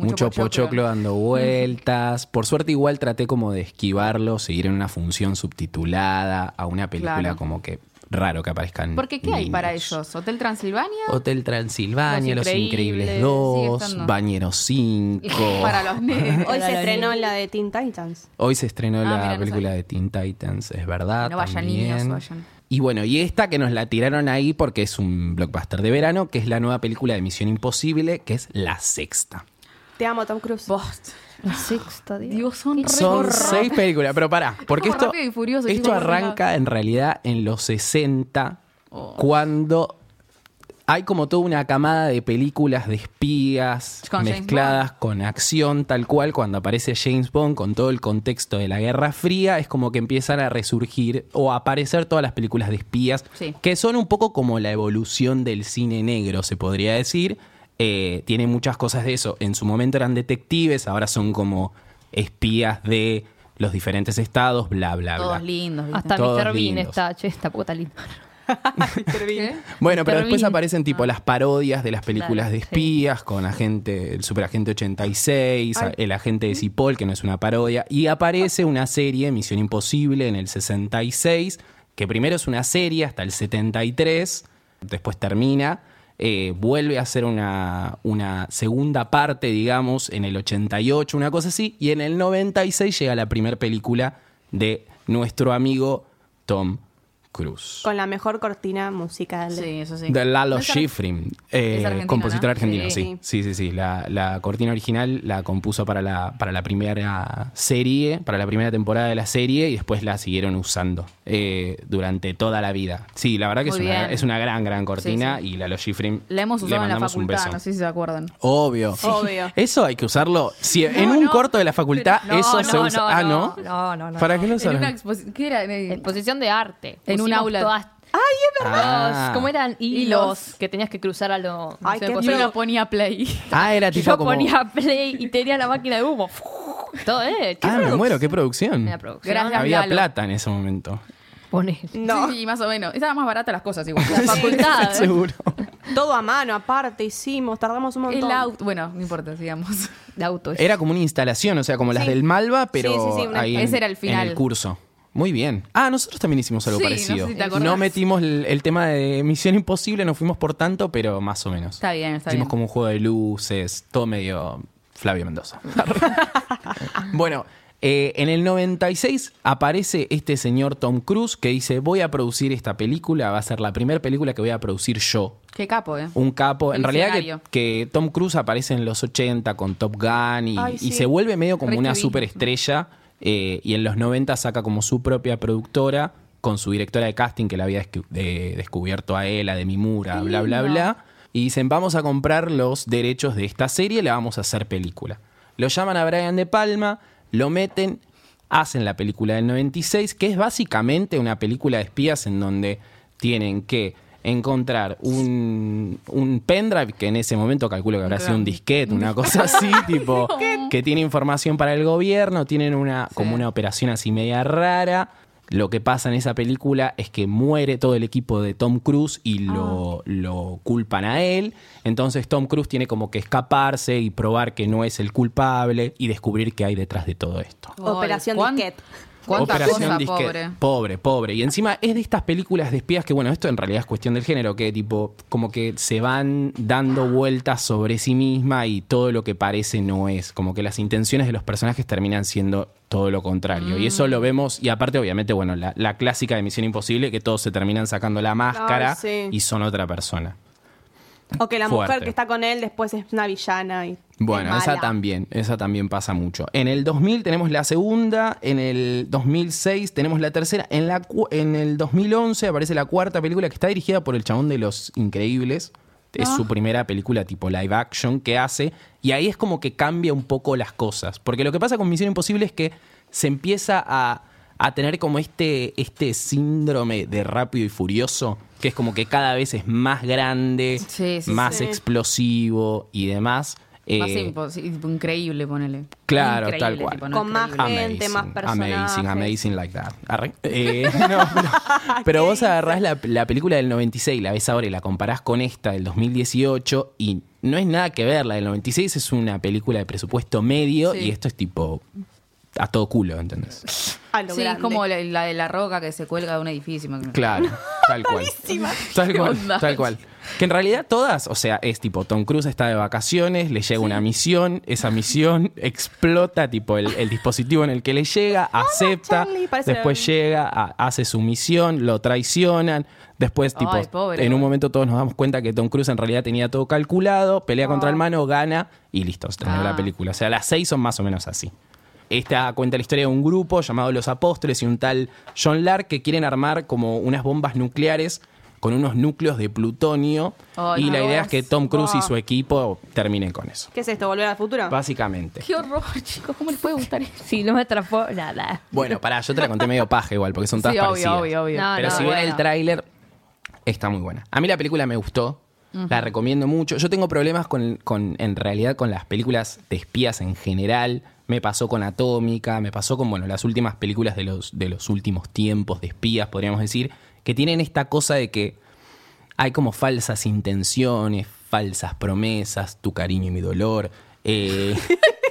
Speaker 3: Oh. Mucho
Speaker 1: pochoclo.
Speaker 3: pochoclo.
Speaker 1: dando vueltas. Por suerte igual traté como de esquivarlo, seguir en una función subtitulada a una película
Speaker 3: Claro.
Speaker 1: como que raro que aparezcan.
Speaker 3: Porque, ¿qué hay para
Speaker 1: niños.
Speaker 3: ellos? ¿Hotel Transilvania?
Speaker 1: Hotel Transilvania, Los
Speaker 4: Los
Speaker 1: Increíbles
Speaker 4: Increíbles,
Speaker 1: 2,
Speaker 3: estando.
Speaker 1: Bañero 5.
Speaker 3: Para los nenes.
Speaker 2: Hoy se
Speaker 4: Para los
Speaker 2: estrenó la de Teen Titans.
Speaker 1: Hoy se estrenó la
Speaker 3: Ah, mira, no
Speaker 1: película
Speaker 3: sabía.
Speaker 1: de Teen Titans, es verdad.
Speaker 3: No vayan,
Speaker 1: también.
Speaker 3: niños, vayan.
Speaker 1: Y bueno, y esta que nos la tiraron ahí porque es un blockbuster de verano, que es la nueva película de Misión Imposible, que es la sexta.
Speaker 2: Te amo, Tom Cruise.
Speaker 3: Post.
Speaker 4: La sexta, Dios.
Speaker 3: Dios, son re
Speaker 1: Son
Speaker 3: borrados.
Speaker 1: seis películas, pero pará, porque
Speaker 3: como
Speaker 1: esto,
Speaker 3: Rápido y Furioso,
Speaker 1: esto
Speaker 3: tipo,
Speaker 1: arranca en realidad en los 60,
Speaker 3: Oh.
Speaker 1: cuando hay como toda una camada de películas de espías
Speaker 3: Con James
Speaker 1: mezcladas con acción, tal cual, cuando aparece James Bond con todo el contexto de la Guerra Fría, es como que empiezan a resurgir o a aparecer todas las películas de espías,
Speaker 3: Sí.
Speaker 1: que son un poco como la evolución del cine negro, se podría decir. Eh, tiene muchas cosas de eso. En su momento eran detectives, ahora son como espías de los diferentes estados, bla, bla,
Speaker 3: Todos
Speaker 1: bla.
Speaker 3: lindos. ¿viste?
Speaker 4: Hasta
Speaker 1: Todos
Speaker 4: Mr. Bean
Speaker 1: lindos.
Speaker 4: está, che, tampoco está lindo.
Speaker 3: ¿Qué?
Speaker 1: Bueno, pero
Speaker 4: Mr.
Speaker 1: después
Speaker 4: Bean.
Speaker 1: aparecen tipo las parodias de las películas
Speaker 4: Ah. Claro,
Speaker 1: de
Speaker 4: sí.
Speaker 1: espías con agente, el superagente 86, a- el agente de Cipoll, que no es una parodia, y aparece una serie, Misión Imposible, en el 66, que primero es una serie hasta el 73, después termina, eh, vuelve a ser una, una segunda parte, digamos, en el 88, una cosa así, y en el 96 llega la primera película de nuestro amigo Tom Cruise.
Speaker 2: Con la mejor cortina musical.
Speaker 3: Sí, eso sí.
Speaker 1: De Lalo
Speaker 3: No es ar-
Speaker 1: Schifrin, eh,
Speaker 3: es argentino,
Speaker 1: compositor
Speaker 3: ¿no?
Speaker 1: argentino, sí. Sí,
Speaker 2: Sí.
Speaker 1: sí, sí. La, la cortina original la compuso para la, para la primera serie, para la primera temporada de la serie y después la siguieron usando eh, durante toda la vida. Sí, la verdad que es
Speaker 3: Muy
Speaker 1: una,
Speaker 3: bien.
Speaker 1: es una gran, gran cortina
Speaker 3: Sí,
Speaker 1: y Lalo Schifrin
Speaker 3: La hemos
Speaker 1: le
Speaker 3: usado en la
Speaker 1: mandamos un
Speaker 3: facultad,
Speaker 1: beso.
Speaker 3: no sé si se acuerdan.
Speaker 1: Obvio.
Speaker 2: Obvio.
Speaker 1: Eso hay que usarlo. Si en
Speaker 3: No,
Speaker 1: un
Speaker 3: no.
Speaker 1: corto de la facultad
Speaker 4: Pero- no,
Speaker 1: eso se
Speaker 4: no,
Speaker 1: usa.
Speaker 4: no,
Speaker 1: ah, ¿no?
Speaker 4: no, no, no, no,
Speaker 1: ¿Para
Speaker 4: no.
Speaker 1: qué lo
Speaker 3: En una
Speaker 1: usaron?
Speaker 3: exposición. ¿Qué era? Eh,
Speaker 4: Exposición de arte.
Speaker 3: En un
Speaker 4: Pusimos
Speaker 3: aula.
Speaker 4: Todas,
Speaker 1: Ah.
Speaker 4: ¿Cómo eran? Hilos.
Speaker 3: Hilos.
Speaker 4: Que tenías que cruzar a los.
Speaker 2: Ay, qué
Speaker 3: Yo no ponía play.
Speaker 1: Ah, era tipo
Speaker 4: Yo
Speaker 1: como...
Speaker 4: ponía play y tenía la máquina de humo. Todo, ¿eh? ¿Qué
Speaker 1: Ah, me
Speaker 4: produ-
Speaker 1: muero, Mm. qué producción.
Speaker 4: Una producción.
Speaker 3: Gracias,
Speaker 1: Había
Speaker 3: Lalo.
Speaker 1: plata en ese momento.
Speaker 4: Poné.
Speaker 2: No,
Speaker 3: Sí, sí, más o menos. Estaban más baratas las cosas igual. La
Speaker 4: Sí.
Speaker 3: facultad. Pues.
Speaker 1: Seguro.
Speaker 2: todo a mano, aparte hicimos, tardamos un montón.
Speaker 3: El auto. Bueno, no importa, sigamos.
Speaker 4: De auto.
Speaker 1: Era como una instalación, o sea, como las
Speaker 2: Sí.
Speaker 1: del Malva, pero
Speaker 2: Sí, sí, sí, una-
Speaker 1: ahí en-
Speaker 3: Ese era el final.
Speaker 1: en el curso. Muy bien. Ah, nosotros también hicimos algo
Speaker 3: Sí, no sé
Speaker 1: parecido.
Speaker 3: si te acordás.
Speaker 1: metimos el, el tema de Misión Imposible, no fuimos por tanto, pero más o menos.
Speaker 3: Está bien, está
Speaker 1: hicimos
Speaker 3: bien.
Speaker 1: como un juego de luces, todo medio Flavio Mendoza. bueno, eh, en el 96 aparece este señor Tom Cruise que dice, voy a producir esta película, va a ser la primera película que voy a producir yo.
Speaker 3: Qué capo, ¿eh?
Speaker 1: Un capo. En realidad que,
Speaker 3: Visionario.
Speaker 1: que Tom Cruise aparece en los 80 con Top Gun y,
Speaker 2: Ay,
Speaker 1: y
Speaker 2: sí.
Speaker 1: se vuelve medio como
Speaker 3: Ricky
Speaker 1: una
Speaker 3: Bobby.
Speaker 1: superestrella. eh, y en los 90 saca como su propia productora con su directora de casting que la había descu- eh, descubierto a él, a Demi Mura, bla, bla, bla. Y dicen, vamos a comprar los derechos de esta serie, la vamos a hacer película. Lo llaman a Brian De Palma, lo meten, hacen la película del 96, que es básicamente una película de espías en donde tienen que encontrar un, un pendrive, que en ese momento calculo que habrá sido un disquete, una cosa así, tipo, que tiene información para el gobierno, tienen una, como una operación así media rara. Lo que pasa en esa película es que muere todo el equipo de Tom Cruise y lo, lo culpan a él. Entonces Tom Cruise tiene como que escaparse y probar que no es el culpable y descubrir qué hay detrás de todo esto.
Speaker 2: Operación
Speaker 3: ¿cuán-
Speaker 2: disquete.
Speaker 3: ¿Cuánta
Speaker 1: Operación
Speaker 3: cosa,
Speaker 1: Disque-
Speaker 3: pobre?
Speaker 1: Pobre, pobre. Y encima es de estas películas de espías que, bueno, esto en realidad es cuestión del género, que tipo, como que se van dando vueltas sobre sí misma y todo lo que parece no es. Como que las intenciones de los personajes terminan siendo todo lo contrario. Y eso lo vemos, y aparte, obviamente, bueno, la, la clásica de Misión Imposible, que todos se terminan sacando la máscara
Speaker 2: sí.
Speaker 1: y son otra persona.
Speaker 2: O que la mujer
Speaker 1: Fuerte.
Speaker 2: que está con él después es una villana y
Speaker 1: Bueno,
Speaker 2: es
Speaker 1: esa
Speaker 2: mala.
Speaker 1: también, esa también pasa mucho. En el 2000 tenemos la segunda, en el 2006 tenemos la tercera, en, la cu- en el 2011 aparece la cuarta película que está dirigida por el chabón de Los Increíbles. Es
Speaker 2: Ah.
Speaker 1: su primera película tipo live action que hace y ahí es como que cambia un poco las cosas. Porque lo que pasa con Misión Imposible es que se empieza a, a tener como este, este síndrome de rápido y furioso, que es como que cada vez es más grande,
Speaker 3: Sí, sí,
Speaker 1: más
Speaker 2: sí.
Speaker 1: explosivo y demás.
Speaker 3: Más
Speaker 1: Eh,
Speaker 3: impos- increíble, ponele.
Speaker 1: claro,
Speaker 3: Increíble,
Speaker 1: tal cual.
Speaker 3: tipo, no
Speaker 2: Con más
Speaker 3: increíble.
Speaker 2: gente, más personajes.
Speaker 1: Amazing, amazing like that. Arre. Eh, no, pero- pero vos agarrás la, la película del 96, la ves ahora y la comparás con esta del 2018 y no es nada que ver. La del 96 es una película de presupuesto medio
Speaker 3: Sí.
Speaker 1: y esto es tipo a todo culo, ¿entendés?
Speaker 2: A Ah, lo
Speaker 3: Sí, es
Speaker 2: grande.
Speaker 3: como la, la de la roca que se cuelga de un edificio. más o menos.
Speaker 1: Claro, tal cual. Tal
Speaker 3: ¿Qué
Speaker 1: cual,
Speaker 3: onda?
Speaker 1: tal cual. Que en realidad todas, o sea, es tipo Tom Cruise está de vacaciones, le llega una misión, esa misión explota tipo el, el dispositivo en el que le llega, acepta,
Speaker 2: Charlie, parece-
Speaker 1: después llega, a- hace su misión, lo traicionan, después tipo
Speaker 3: Ay, pobre.
Speaker 1: en un momento todos nos damos cuenta que Tom Cruise en realidad tenía todo calculado, pelea contra el mano, gana y listo, se terminó
Speaker 3: Ah.
Speaker 1: la película. O sea, las seis son más o menos así. Esta cuenta la historia de un grupo llamado Los Apóstoles y un tal John Lark que quieren armar como unas bombas nucleares con unos núcleos de plutonio.
Speaker 3: Ay,
Speaker 1: y la
Speaker 3: Dios.
Speaker 1: idea es que Tom Cruise y
Speaker 2: Buah.
Speaker 1: su equipo terminen con eso.
Speaker 2: ¿Qué es esto? ¿Volver al futuro?
Speaker 1: Básicamente.
Speaker 4: Qué horror, chicos. ¿Cómo les puede gustar eso? Si no me atrapó nada.
Speaker 1: Bueno, pará, yo te la conté medio paja igual, porque son todas
Speaker 3: Sí, obvio,
Speaker 1: parecidas.
Speaker 3: obvio, obvio.
Speaker 4: No,
Speaker 1: Pero si ven
Speaker 4: bueno.
Speaker 1: el tráiler, está muy buena. A mí la película me gustó, la recomiendo mucho. Yo tengo problemas con, con- en realidad, con las películas de espías en general. Me pasó con Atómica, me pasó con, bueno, las últimas películas de los, de los últimos tiempos de espías, podríamos decir, que tienen esta cosa de que hay como falsas intenciones, falsas promesas, tu cariño y mi dolor. Eh,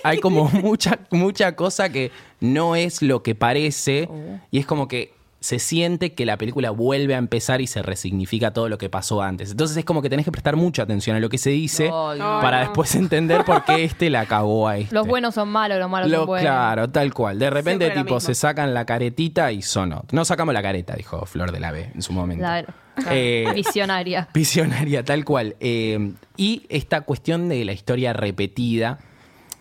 Speaker 1: hay como mucha, mucha cosa que no es lo que parece
Speaker 4: Oh.
Speaker 1: y es como que se siente que la película vuelve a empezar y se resignifica todo lo que pasó antes. Entonces es como que tenés que prestar mucha atención a lo que se dice
Speaker 3: Ay, no.
Speaker 1: para después entender por qué este la cagó a este.
Speaker 4: Los buenos son malos, los malos
Speaker 1: Lo-
Speaker 4: son buenos.
Speaker 1: Claro, tal cual. De repente,
Speaker 2: Siempre lo
Speaker 1: tipo,
Speaker 2: mismo.
Speaker 1: se sacan la caretita y son otros. No sacamos la careta, dijo Flor de la B en su momento.
Speaker 4: Claro.
Speaker 1: Eh,
Speaker 4: Visionaria.
Speaker 1: Visionaria, tal cual. Eh, y esta cuestión de la historia repetida,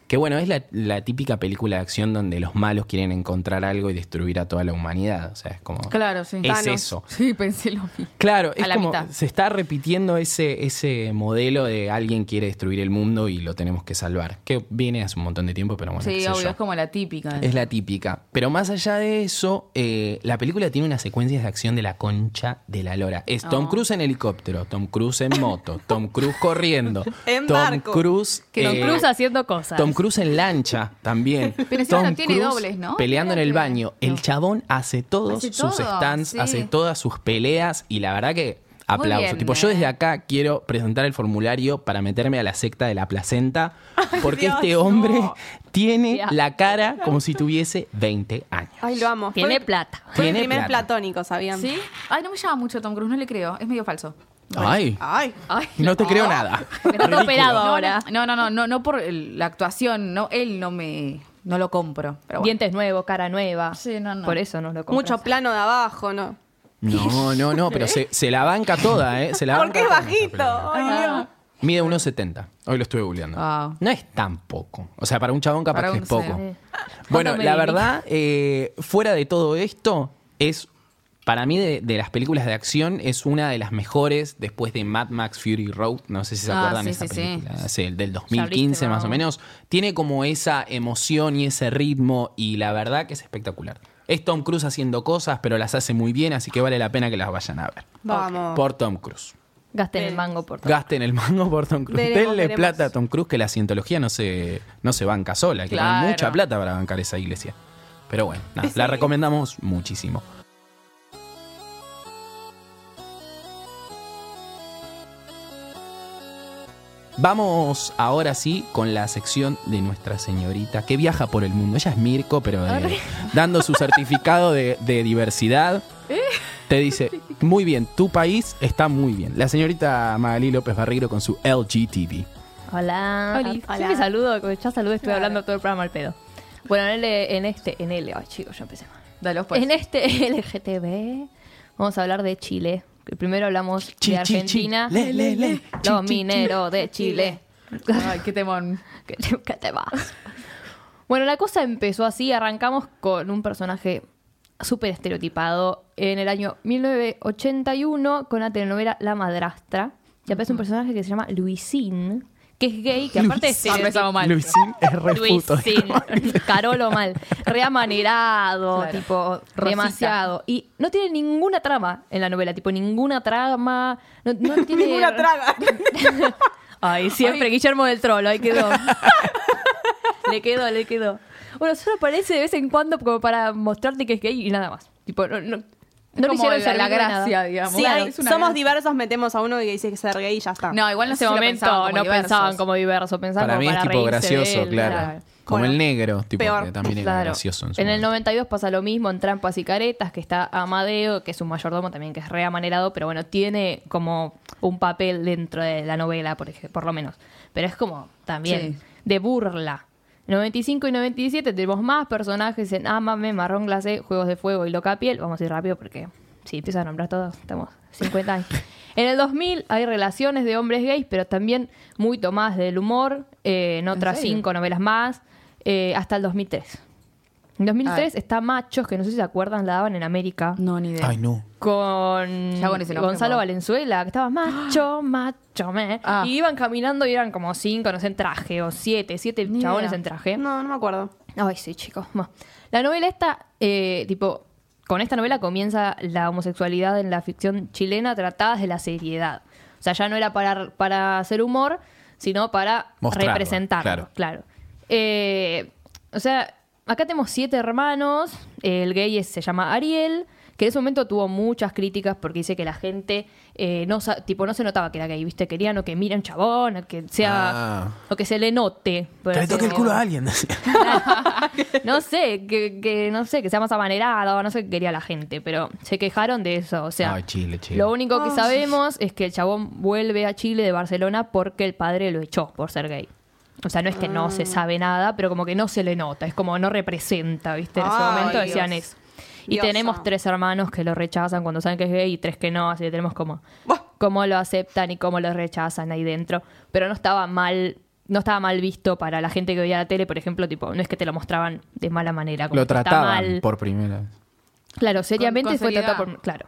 Speaker 1: que bueno, es la, la típica película de acción donde los malos quieren encontrar algo y destruir a toda la humanidad. O sea, es como...
Speaker 3: Claro, sí.
Speaker 1: Es
Speaker 2: Thanos.
Speaker 1: eso.
Speaker 3: Sí, pensé lo mismo.
Speaker 1: Claro,
Speaker 3: A
Speaker 1: es
Speaker 3: la
Speaker 1: como
Speaker 3: mitad.
Speaker 1: se está repitiendo ese, ese modelo de alguien quiere destruir el mundo y lo tenemos que salvar. Que viene hace un montón de tiempo, pero bueno. qué
Speaker 3: Sí,
Speaker 1: sé
Speaker 3: obvio,
Speaker 1: yo.
Speaker 3: es como la típica.
Speaker 1: Es la típica. Pero más allá de eso, eh, la película tiene unas secuencias de acción de la concha de la lora. Es Tom Cruise en helicóptero, Tom Cruise en moto, Tom Cruise corriendo,
Speaker 2: En
Speaker 1: Tom
Speaker 2: barco.
Speaker 1: Cruise.
Speaker 4: Que Tom
Speaker 1: eh,
Speaker 4: Cruise haciendo cosas.
Speaker 1: Tom Cruise en lancha también.
Speaker 3: Pero encima
Speaker 1: Tom
Speaker 3: no tiene dobles, ¿no?
Speaker 1: Peleando en
Speaker 3: Creo
Speaker 1: el
Speaker 3: que-
Speaker 1: baño. El chabón hace todos
Speaker 3: Hace
Speaker 1: sus
Speaker 3: todo,
Speaker 1: stands,
Speaker 3: sí.
Speaker 1: hace todas sus peleas y la verdad que aplauso.
Speaker 3: bien,
Speaker 1: tipo, yo
Speaker 3: eh.
Speaker 1: desde acá quiero presentar el formulario para meterme a la secta de la placenta porque
Speaker 2: Dios,
Speaker 1: este hombre
Speaker 2: no.
Speaker 1: tiene
Speaker 4: Ya.
Speaker 1: la cara como si tuviese 20 años.
Speaker 2: Ay, lo amo.
Speaker 4: Tiene
Speaker 2: Fue-
Speaker 4: plata.
Speaker 2: Fue el
Speaker 1: Tiene
Speaker 2: primer
Speaker 1: plata.
Speaker 2: platónico, ¿sabían?
Speaker 3: ¿Sí? Ay, no me llama mucho Tom Cruise, no le creo. Es medio falso.
Speaker 1: Ay,
Speaker 2: Ay.
Speaker 3: Ay,
Speaker 1: no te creo nada.
Speaker 4: Porque está todo
Speaker 1: Ridículo.
Speaker 4: operado
Speaker 3: No,
Speaker 4: ahora.
Speaker 3: No, no, no, no, no por el- la actuación, no, él no me, no lo compro. Pero bueno.
Speaker 4: Dientes nuevos, cara nueva.
Speaker 3: Sí, no, no.
Speaker 4: Por eso nos lo compras.
Speaker 2: Mucho plano de abajo, ¿no?
Speaker 1: No, no, no, pero se, se la banca toda, ¿eh? Se la
Speaker 2: Porque es
Speaker 1: banca toda esta
Speaker 2: bajito. Ay,
Speaker 3: Ah,
Speaker 2: Dios.
Speaker 1: película. Mide 1,70. Hoy lo estuve googleando.
Speaker 3: Wow.
Speaker 1: No es tan poco. O sea, para un chabón capaz
Speaker 3: Para
Speaker 1: que
Speaker 3: un-
Speaker 1: es poco.
Speaker 3: sí.
Speaker 1: Bueno,
Speaker 4: ¿Cuánto
Speaker 1: la
Speaker 4: medí?
Speaker 1: verdad, eh, fuera de todo esto, es para mí de, de las películas de acción es una de las mejores después de Mad Max Fury Road. No sé si se
Speaker 3: Ah,
Speaker 1: acuerdan
Speaker 3: sí,
Speaker 1: de esa
Speaker 3: sí, sí.
Speaker 1: película. Sí, el del
Speaker 4: abriste,
Speaker 1: 2015 más o
Speaker 4: vamos.
Speaker 1: menos. Tiene como esa emoción y ese ritmo y la verdad que es espectacular. Es Tom Cruise haciendo cosas, pero las hace muy bien, así que vale la pena que las vayan a ver.
Speaker 3: Oh.
Speaker 2: Vamos.
Speaker 1: Por Tom Cruise.
Speaker 4: Gasten el mango por todo.
Speaker 1: Gasten el mango por Tom Cruise.
Speaker 2: Veremos,
Speaker 1: Denle
Speaker 2: veremos.
Speaker 1: plata a Tom Cruise, que la cientología no se, no se banca sola. Hay que
Speaker 3: Claro.
Speaker 1: tener mucha plata para bancar esa iglesia. Pero bueno, nada, la recomendamos muchísimo. Vamos ahora sí con la sección de Nuestra Señorita, que viaja por el mundo. Ella es Mirko, pero eh, dando su certificado de, de diversidad. Te dice, muy bien, tu país está muy bien. La señorita Magalí López Barreiro con su LGTV.
Speaker 4: Hola.
Speaker 3: Oli.
Speaker 2: Hola.
Speaker 4: Ah, Sí que saludo, que ya saludé, estoy
Speaker 3: Claro.
Speaker 4: hablando todo el programa al pedo. Bueno, en, L- en este, en L, ay chicos, ya empecé mal.
Speaker 3: Dale, pues.
Speaker 4: En este LGTB vamos a hablar de Chile. Primero hablamos
Speaker 1: Chi,
Speaker 4: de
Speaker 1: chi, chi.
Speaker 4: Argentina,
Speaker 1: Le, le, le. Chi,
Speaker 4: los
Speaker 1: chi, chi.
Speaker 4: mineros de Chile.
Speaker 3: Ay, qué temón.
Speaker 4: que te, que te vas. Bueno, la cosa empezó así. Arrancamos con un personaje súper estereotipado en el año 1981 con la telenovela La Madrastra. Y aparece un personaje que se llama Luisín, que es gay, que aparte es
Speaker 3: Ah, empezamos mal.
Speaker 1: Luisín es re puto.
Speaker 4: Luisín, Carolo mal, reamanerado,
Speaker 3: Claro.
Speaker 4: tipo,
Speaker 3: Rosita.
Speaker 4: demasiado. Y no tiene ninguna trama en la novela, tipo, ninguna trama. No, no tiene...
Speaker 2: Ninguna traga.
Speaker 4: Ay, siempre Guillermo del Trollo, ahí quedó. le quedó, le quedó. Bueno, solo aparece de vez en cuando como para mostrarte que es gay y nada más. Tipo, no, no, no le
Speaker 3: como
Speaker 4: hicieron
Speaker 3: la, la
Speaker 4: servir de nada.
Speaker 3: gracia, digamos.
Speaker 2: Sí,
Speaker 3: Claro,
Speaker 2: hay-
Speaker 3: es una
Speaker 2: somos
Speaker 3: gracia.
Speaker 2: diversos, metemos a uno que dice que ser gay y ya está.
Speaker 3: No, igual
Speaker 4: Ah. En
Speaker 3: no
Speaker 4: ese
Speaker 3: sé si lo
Speaker 4: momento
Speaker 3: pensaban como
Speaker 4: no
Speaker 3: diversos.
Speaker 4: pensaban como diverso, pensaban
Speaker 1: Para mí
Speaker 4: como
Speaker 1: es
Speaker 4: para
Speaker 1: tipo
Speaker 4: reírse de
Speaker 1: gracioso,
Speaker 4: él,
Speaker 1: claro. Como
Speaker 2: Bueno,
Speaker 1: el negro, tipo,
Speaker 2: peor.
Speaker 1: que también era
Speaker 4: Claro.
Speaker 1: gracioso. En, su
Speaker 4: En el
Speaker 1: momento.
Speaker 4: 92 pasa lo mismo en Trampas y Caretas, que está Amadeo, que es un mayordomo también, que es re amanerado, pero bueno, tiene como un papel dentro de la novela, por, ej- por lo menos. Pero es como también
Speaker 3: Sí.
Speaker 4: de burla. 95 y 97 tenemos más personajes en Amame, Marrón Glacé, Juegos de Fuego y Loca Piel. Vamos a ir rápido porque si empiezo a nombrar todos, estamos 50 años. En el 2000 hay relaciones de hombres gays, pero también muy tomadas del humor, eh, en otras
Speaker 3: serio?
Speaker 4: cinco novelas más, eh, hasta el 2003. En 2003
Speaker 3: Ah.
Speaker 4: está Machos, que no sé si se acuerdan, la daban en América.
Speaker 3: No, ni idea.
Speaker 1: Ay, no.
Speaker 4: Con,
Speaker 3: Ya con ese nombre,
Speaker 4: Gonzalo
Speaker 3: wow.
Speaker 4: Valenzuela, que estaba macho, macho, me.
Speaker 3: Ah.
Speaker 4: Y iban caminando y eran como cinco, no sé, en traje, o siete, siete
Speaker 3: Ni
Speaker 4: chabones
Speaker 3: idea.
Speaker 4: en traje.
Speaker 2: No, no me acuerdo.
Speaker 4: Ay, sí, chicos. Bueno, La novela esta, eh, tipo, con esta novela comienza la homosexualidad en la ficción chilena tratada desde la seriedad. O sea, ya no era para, para hacer humor, sino para
Speaker 1: Mostrarlo,
Speaker 4: representarlo.
Speaker 1: claro.
Speaker 4: Claro. Eh, o sea, acá tenemos siete hermanos. El gay es- se llama Ariel, que en ese momento tuvo muchas críticas porque dice que la gente eh, no sa- tipo no se notaba que era gay, ¿viste? Querían o que miren chabón, o que sea.
Speaker 1: Ah.
Speaker 4: O que se le note. por
Speaker 1: Que le
Speaker 4: así
Speaker 1: toque el
Speaker 4: decirlo
Speaker 1: culo a alguien. decía.
Speaker 4: no sé, que, que no sé, que sea más abanerado, no sé qué quería la gente, pero se quejaron de eso. O sea,
Speaker 1: Ay, Chile, Chile.
Speaker 4: lo único que
Speaker 2: Ah,
Speaker 4: sabemos es que el chabón vuelve a Chile de Barcelona porque el padre lo echó por ser gay. O sea, no es que no
Speaker 2: Ah.
Speaker 4: se sabe nada, pero como que no se le nota, es como no representa, ¿viste? En ese
Speaker 2: Ay,
Speaker 4: momento
Speaker 2: Dios. ah.
Speaker 4: decían eso. Y
Speaker 2: Diosa.
Speaker 4: tenemos tres hermanos que lo rechazan cuando saben que es gay y tres que no, así que tenemos como
Speaker 2: Buah.
Speaker 4: cómo lo aceptan y cómo lo rechazan ahí dentro. Pero no estaba mal, no estaba mal visto para la gente que veía la tele, por ejemplo, tipo, no es que te lo mostraban de mala manera, como
Speaker 1: Lo
Speaker 4: que está
Speaker 1: trataban
Speaker 4: mal.
Speaker 1: por primera vez.
Speaker 4: Claro, seriamente
Speaker 3: con
Speaker 4: fue tratado
Speaker 3: seriedad.
Speaker 4: por. Claro.